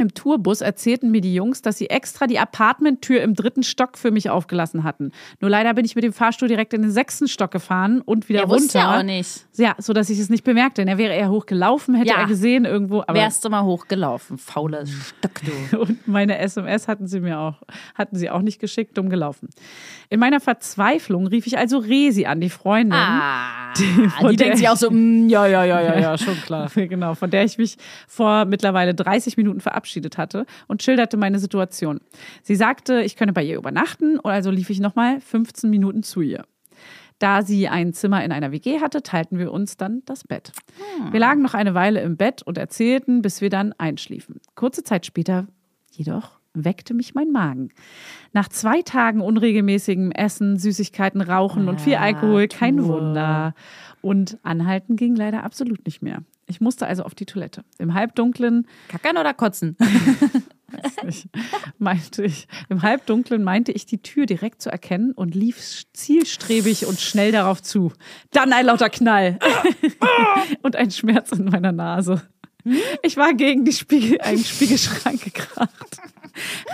im Tourbus erzählten mir die Jungs, dass sie extra die Apartmenttür im dritten Stock für mich aufgelassen hatten. Nur leider bin ich mit dem Fahrstuhl direkt in den sechsten Stock gefahren und wieder
Der
runter.
wusste ja auch nicht.
Ja, so dass ich es nicht bemerkte. Denn er wäre eher hochgelaufen, hätte
Ja.
er gesehen irgendwo. Aber
Wärst du mal hochgelaufen, fauler Stück, du.
und meine SMS hatten sie mir auch, hatten sie auch nicht geschickt, dumm gelaufen. In meiner Verzweiflung rief ich also Resi an, die Freundin.
Ah,
von
die
der-
denkt sich auch so, mm, ja, ja, ja, ja, ja, schon klar.
genau, von der ich mich vor mittlerweile 30 Minuten verabschiedet hatte und schilderte meine Situation. Sie sagte, ich könne bei ihr übernachten, und also lief ich nochmal 15 Minuten zu ihr. Da sie ein Zimmer in einer WG hatte, teilten wir uns dann das Bett. Wir lagen noch eine Weile im Bett und erzählten, bis wir dann einschliefen. Kurze Zeit später jedoch weckte mich mein Magen. Nach zwei Tagen unregelmäßigem Essen, Süßigkeiten, Rauchen und viel Alkohol, kein Wunder. Und anhalten ging leider absolut nicht mehr. Ich musste also auf die Toilette. Im Halbdunklen
Kackern oder kotzen?
ich, meinte ich, im Halbdunklen meinte ich, die Tür direkt zu erkennen und lief zielstrebig und schnell darauf zu. Dann ein lauter Knall und ein Schmerz in meiner Nase. Ich war gegen die Spiegel, einen Spiegelschrank gekracht.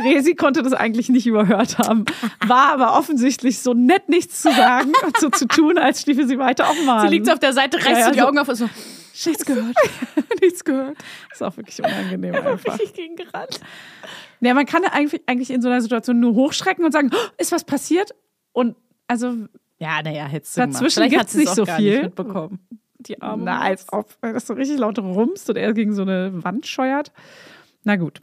Resi konnte das eigentlich nicht überhört haben, war aber offensichtlich so nett nichts zu sagen und so zu tun, als schliefe sie weiter auf Mann.
Sie liegt so auf der Seite, reißt
Ja, also ja,
so die
so-
Augen auf und so,
Nichts gehört. Nichts gehört. Ist auch wirklich unangenehm einfach.
ich gegen gerannt.
Ja, man kann eigentlich, eigentlich in so einer Situation nur hochschrecken und sagen, "Oh, ist was passiert?
Und also
Ja, naja, hättest du
dazwischen
gemacht. Vielleicht
gibt
hat
es
sie
nicht
es
so
auch gar
viel.
Nicht mitbekommen.
die arme.
Na, als ob weil das so richtig laut rumst und er gegen so eine Wand scheuert. Na gut.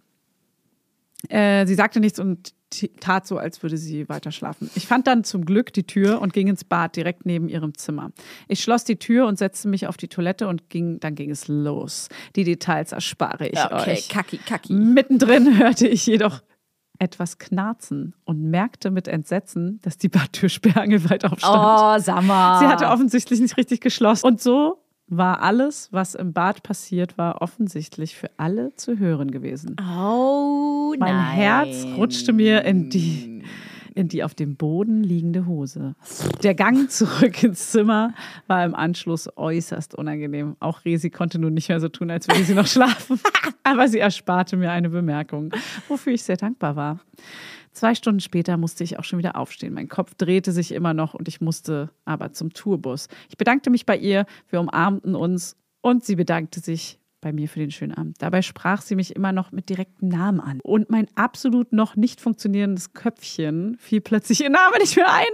Äh, sie sagte nichts und t- tat so, als würde sie weiter schlafen. Ich fand dann zum Glück die Tür und ging ins Bad direkt neben ihrem Zimmer. Ich schloss die Tür und setzte mich auf die Toilette und ging, dann ging es los. Die Details erspare ich
Okay,
euch.
kacki, kacki.
Mittendrin hörte ich jedoch etwas knarzen und merkte mit Entsetzen, dass die Badtür sperrangelweit aufstand.
Oh, sag mal.
Sie hatte offensichtlich nicht richtig geschlossen. Und so war alles, was im Bad passiert war, offensichtlich für alle zu hören gewesen.
Oh,
Mein
nein.
Herz rutschte mir in die, in die auf dem Boden liegende Hose. Der Gang zurück ins Zimmer war im Anschluss äußerst unangenehm. Auch Resi konnte nun nicht mehr so tun, als würde sie noch schlafen. Aber sie ersparte mir eine Bemerkung, wofür ich sehr dankbar war. Zwei Stunden später musste ich auch schon wieder aufstehen. Mein Kopf drehte sich immer noch und ich musste aber zum Tourbus. Ich bedankte mich bei ihr, wir umarmten uns und sie bedankte sich bei mir für den schönen Abend. Dabei sprach sie mich immer noch mit direktem Namen an. Und mein absolut noch nicht funktionierendes Köpfchen fiel plötzlich ihr Name nicht mehr ein.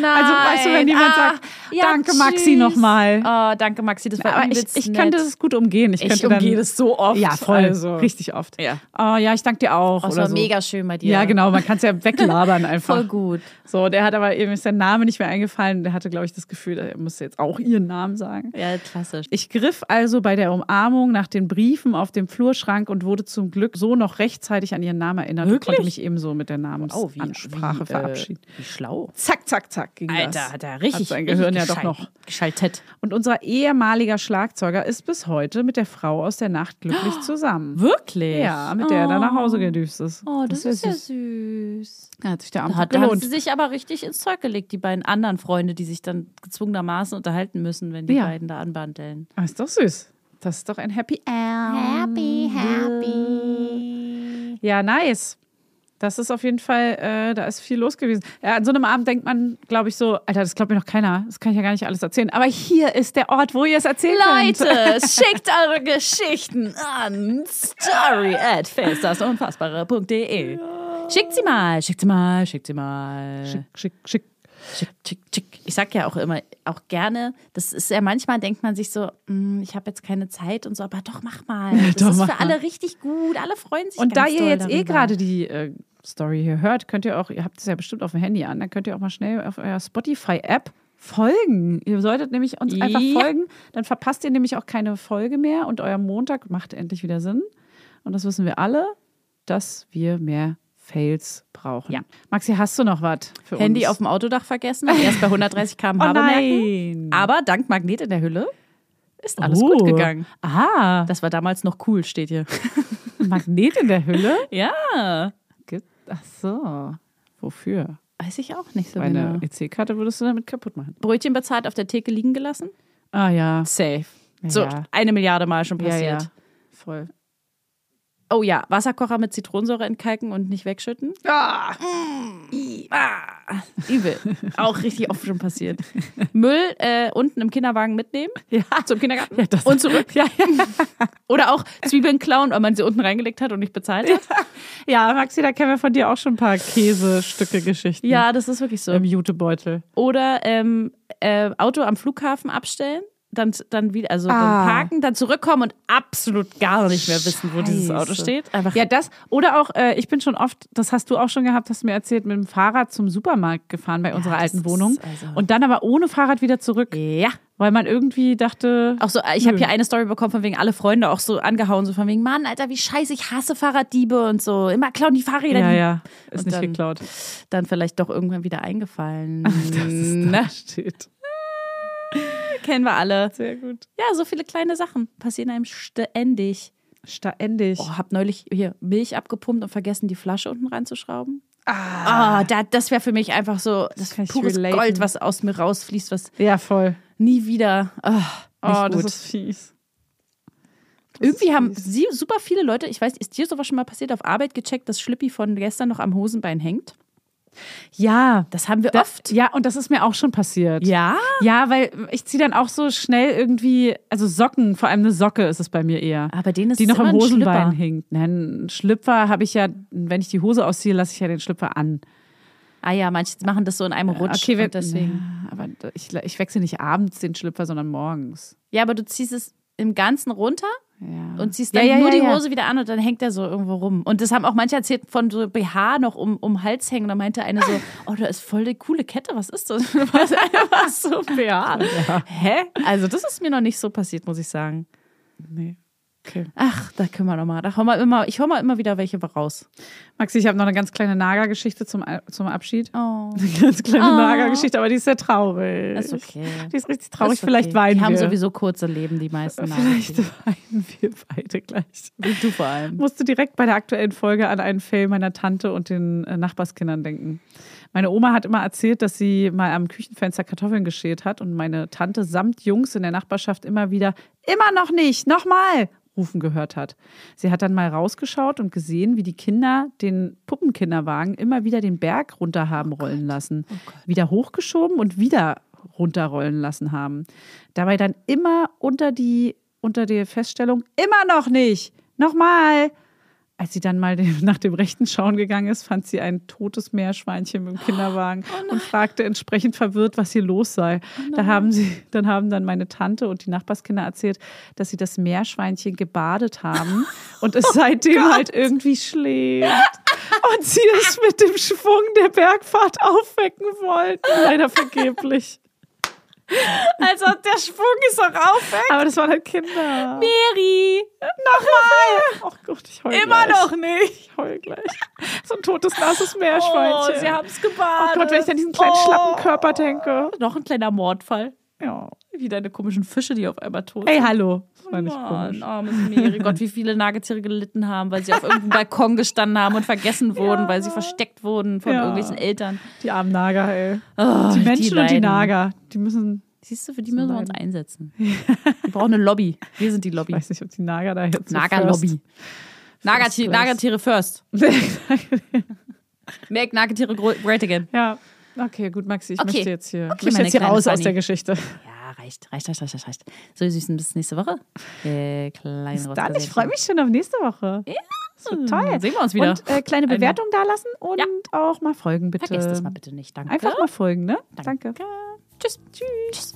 Nein.
Also, weißt du, wenn jemand
ah,
sagt, "Danke, Maxi, nochmal."
Oh, danke, Maxi, das war
Aber ich,
übelst
ich
nett.
könnte es gut umgehen. Ich,
Ich
könnte dann,
umgehe das so oft.
Ja, voll.
Also.
Richtig oft.
Ja.
Oh, ja, ich danke dir auch.
Oh, es
oder
war
so.
mega schön bei dir.
Ja, genau. Man kann es ja weglabern einfach.
Voll gut.
So, der hat aber eben ist der Name nicht mehr eingefallen. Der hatte, glaube ich, das Gefühl, er müsste jetzt auch ihren Namen sagen.
Ja, klassisch.
Ich griff also bei der Umarmung nach den Briefen auf dem Flurschrank und wurde zum Glück so noch rechtzeitig an ihren Namen erinnert und konnte mich ebenso mit der Namensansprache verabschieden.
Äh, wie schlau.
Zack, zack, zack ging das.
Alter, hat er richtig.
Hat sein
richtig
Gehirn ja doch
gescheit-
noch.
Geschaltet.
Und unser ehemaliger Schlagzeuger ist bis heute mit der Frau aus der Nacht glücklich zusammen.
Wirklich?
Ja, mit der er dann
Oh.
nach Hause gedüst ist.
Oh, das,
wär
ist ja süß.
Da hat sich der
Da
Abend
hat, da haben
gelohnt.
sie sich aber richtig ins Zeug gelegt, die beiden anderen Freunde, die sich dann gezwungenermaßen unterhalten müssen, wenn die
Ja.
beiden da anbandeln.
Ah, ist doch süß. Das ist doch ein Happy End.
Happy, happy.
Ja, nice. Das ist auf jeden Fall, äh, da ist viel los gewesen. Ja, an so einem Abend denkt man, glaube ich, so, Alter, das glaubt mir noch keiner. Das kann ich ja gar nicht alles erzählen. Aber hier ist der Ort, wo ihr es erzählen könnt.
Leute, schickt eure Geschichten an story at festdasunfassbare.de. Schickt sie mal, schickt sie mal, schickt sie mal.
Schick, schick, schick.
Schick, schick, schick. Ich sag ja auch immer, auch gerne, das ist ja manchmal denkt man sich so, "Hm, ich habe jetzt keine Zeit und so, aber doch mach mal. Das
Doch,
ist
mach
für
mal.
alle richtig gut, alle freuen sich.
Und da
ganz
ihr
doll
jetzt eh
darüber.
gerade die äh, Story hier hört, könnt ihr auch, ihr habt es ja bestimmt auf dem Handy an, dann könnt ihr auch mal schnell auf eurer Spotify-App folgen. Ihr solltet nämlich uns einfach
Ja.
folgen, dann verpasst ihr nämlich auch keine Folge mehr und euer Montag macht endlich wieder Sinn. Und das wissen wir alle, dass wir mehr Fails brauchen.
Ja.
Maxi, hast du noch was für
Handy
uns?
auf dem Autodach vergessen, weil erst bei 130 km/h
oh
bemerken.
nein.
Aber dank Magnet in der Hülle ist alles gut
Oh.
gegangen.
Ah,
Das war damals noch cool, steht hier.
Magnet in der Hülle?
Ja,
Gibt- Ach so. Wofür?
weiß ich auch nicht so
Meine
genau.
EC-Karte würdest du damit kaputt machen.
Brötchen bezahlt, auf der Theke liegen gelassen?
Ah ja.
Safe.
Ja.
So, eine Milliarde Mal schon passiert.
Ja, ja. Voll.
Oh ja, Wasserkocher mit Zitronensäure entkalken und nicht wegschütten.
Ah.
I- Ah, übel. Auch richtig oft schon passiert. Müll äh, unten im Kinderwagen mitnehmen.
Ja.
Zum Kindergarten.
Ja, das-
und zurück. Oder auch Zwiebeln klauen, weil man sie unten reingelegt hat und nicht bezahlt hat.
Ja, Maxi, da kennen wir von dir auch schon ein paar Käsestücke-Geschichten.
Ja, das ist wirklich so.
Im Jutebeutel.
Oder ähm, äh, Auto am Flughafen abstellen. Dann, dann wieder, also
Ah.
dann parken, dann zurückkommen und absolut gar nicht mehr wissen, wo dieses Auto
Scheiße.
steht. Einfach
Ja, das. Oder auch, äh, ich bin schon oft, das hast du auch schon gehabt, hast du mir erzählt, mit dem Fahrrad zum Supermarkt gefahren bei unserer
das
alten
ist
Wohnung.
also-
Und dann aber ohne Fahrrad wieder zurück,
ja.
weil man irgendwie dachte,
Auch so, ich
Hm.
habe hier eine Story bekommen von wegen alle Freunde auch so angehauen, so von wegen, Mann, Alter, wie scheiße, ich hasse Fahrraddiebe und so. Immer klauen die Fahrräder.
ja,
die
ja, ist
Und
nicht
dann-
geklaut.
Dann vielleicht doch irgendwann wieder eingefallen.
Na, steht.
Kennen wir alle.
Sehr gut.
Ja, so viele kleine Sachen passieren einem ständig.
Ständig.
Oh, hab neulich hier Milch abgepumpt und vergessen, die Flasche unten reinzuschrauben. Ah, da, das wäre für mich einfach so das
kann ich
pures
relaten.
Gold, was aus mir rausfließt, was
Ja, voll.
nie wieder. Ah, nicht
Oh, das
gut.
ist fies.
Irgendwie haben sie, super viele Leute, ich weiß, ist dir sowas schon mal passiert, auf Arbeit gecheckt, dass Schlippi von gestern noch am Hosenbein hängt?
Ja.
Das haben wir
Da-
oft.
Ja, und das ist mir auch schon passiert.
Ja?
Ja, weil ich ziehe dann auch so schnell irgendwie, also Socken, vor allem eine Socke ist es bei mir eher.
Aber denen ist
die
es
noch
immer
am
ein
Hosenbein
Schlipper.
hängt. Nein, einen Schlüpfer habe ich ja, wenn ich die Hose ausziehe, lasse ich ja den Schlüpfer an.
Ah ja, manche machen das so in einem Rutsch.
okay, wir- Mhm.
und deswegen.
Ja, aber ich, ich wechsle nicht abends den Schlüpper, sondern morgens.
Ja, aber du ziehst es im Ganzen runter
Ja.
und ziehst dann
Mhm. ja, ja,
nur
ja,
die
ja.
Hose wieder an und dann hängt er so irgendwo rum. Und das haben auch manche erzählt von so BH noch um, um den Hals hängen. Und da meinte eine so, oh, da ist voll die coole Kette, was ist das? Und war es einfach so BH. Hä? Also das ist mir noch nicht so passiert, muss ich sagen.
Nee. Okay.
Ach, da können wir noch mal. Da hau mal immer, ich hau mal immer wieder welche raus.
Maxi, ich habe noch eine ganz kleine Naga-Geschichte zum, zum Abschied.
Oh,
Eine ganz kleine
Oh.
Naga-Geschichte, aber die ist sehr traurig.
ist okay.
Die ist
Das
richtig traurig,
ist okay.
vielleicht weinen
Die haben
wir.
sowieso kurze Leben, die meisten.
Vielleicht weinen wir beide gleich.
Nazi. Du vor allem.
musste direkt bei der aktuellen Folge an einen Fail meiner Tante und den äh, Nachbarskindern denken. Meine Oma hat immer erzählt, dass sie mal am Küchenfenster Kartoffeln geschält hat und meine Tante samt Jungs in der Nachbarschaft immer wieder immer noch nicht, nochmal rufen gehört hat. Sie hat dann mal rausgeschaut und gesehen, wie die Kinder den Puppenkinderwagen immer wieder den Berg runter haben rollen lassen, wieder hochgeschoben und wieder runterrollen lassen haben. Dabei dann immer unter die unter der Feststellung immer noch nicht, nochmal als sie dann mal dem, nach dem rechten Schauen gegangen ist, fand sie ein totes Meerschweinchen im Kinderwagen
Oh,
und fragte entsprechend verwirrt, was hier los sei. da haben sie, dann haben dann meine Tante und die Nachbarskinder erzählt, dass sie das Meerschweinchen gebadet haben und es
Oh
seitdem halt irgendwie schläft. Und sie es mit dem Schwung der Bergfahrt aufwecken wollten. Leider vergeblich.
Also der Schwung ist auch auf.
Aber das waren halt Kinder.
Mary!
Oh Gott, ich heul
Immer
gleich.
noch nicht.
Ich heul gleich. So ein totes, nasses Meerschweinchen.
Oh, sie haben es gebadet.
Oh Gott, wenn ich an diesen kleinen
Oh.
schlappen Körper denke.
Noch ein kleiner Mordfall.
Ja.
Wie deine komischen Fische, die auf einmal tot
Ey, hallo. Das war
Mann,
nicht komisch.
Oh, armes Mary. Gott, wie viele Nagetiere gelitten haben, weil sie auf irgendeinem Balkon gestanden haben und vergessen wurden, weil sie versteckt wurden von
Ja.
irgendwelchen Eltern.
Die armen Nager, ey.
Oh,
Die Menschen und die
leiden.
Nager, die müssen,
Siehst du, für die müssen wir uns
leiden.
einsetzen. Wir brauchen eine Lobby. Wir sind die
ich
Lobby.
weiß nicht, ob die Nager da jetzt. so
Nagerlobby. Nagertiere,
first.
Nagertiere first.
first-
Make Nagertiere gro- great again.
ja. Okay, gut, Maxi, ich
Okay.
möchte jetzt hier, ich
Okay,
möchte
meine
jetzt hier
kleine
raus aus
Fanny.
der Geschichte.
Ja, reicht, reicht, reicht, reicht, reicht, reicht. So, ihr Süßen, bis nächste Woche. Äh, kleine
Dann, ich freue mich schon auf nächste Woche. Ja. So toll.
Dann sehen wir uns wieder.
Und äh, kleine
Einmal.
Bewertung dalassen und
Ja.
auch mal folgen, bitte.
Vergesst das mal bitte nicht. Danke.
Einfach mal folgen, ne?
Danke.
Danke.
Tschüss. Tschüss.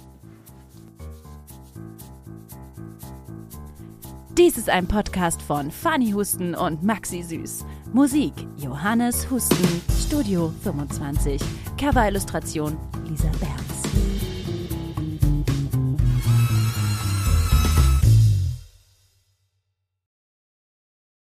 Dies ist ein Podcast von Fanny Husten und Maxi Süß. Musik Johannes Husten, Studio 25. Cover-Illustration Lisa Berns.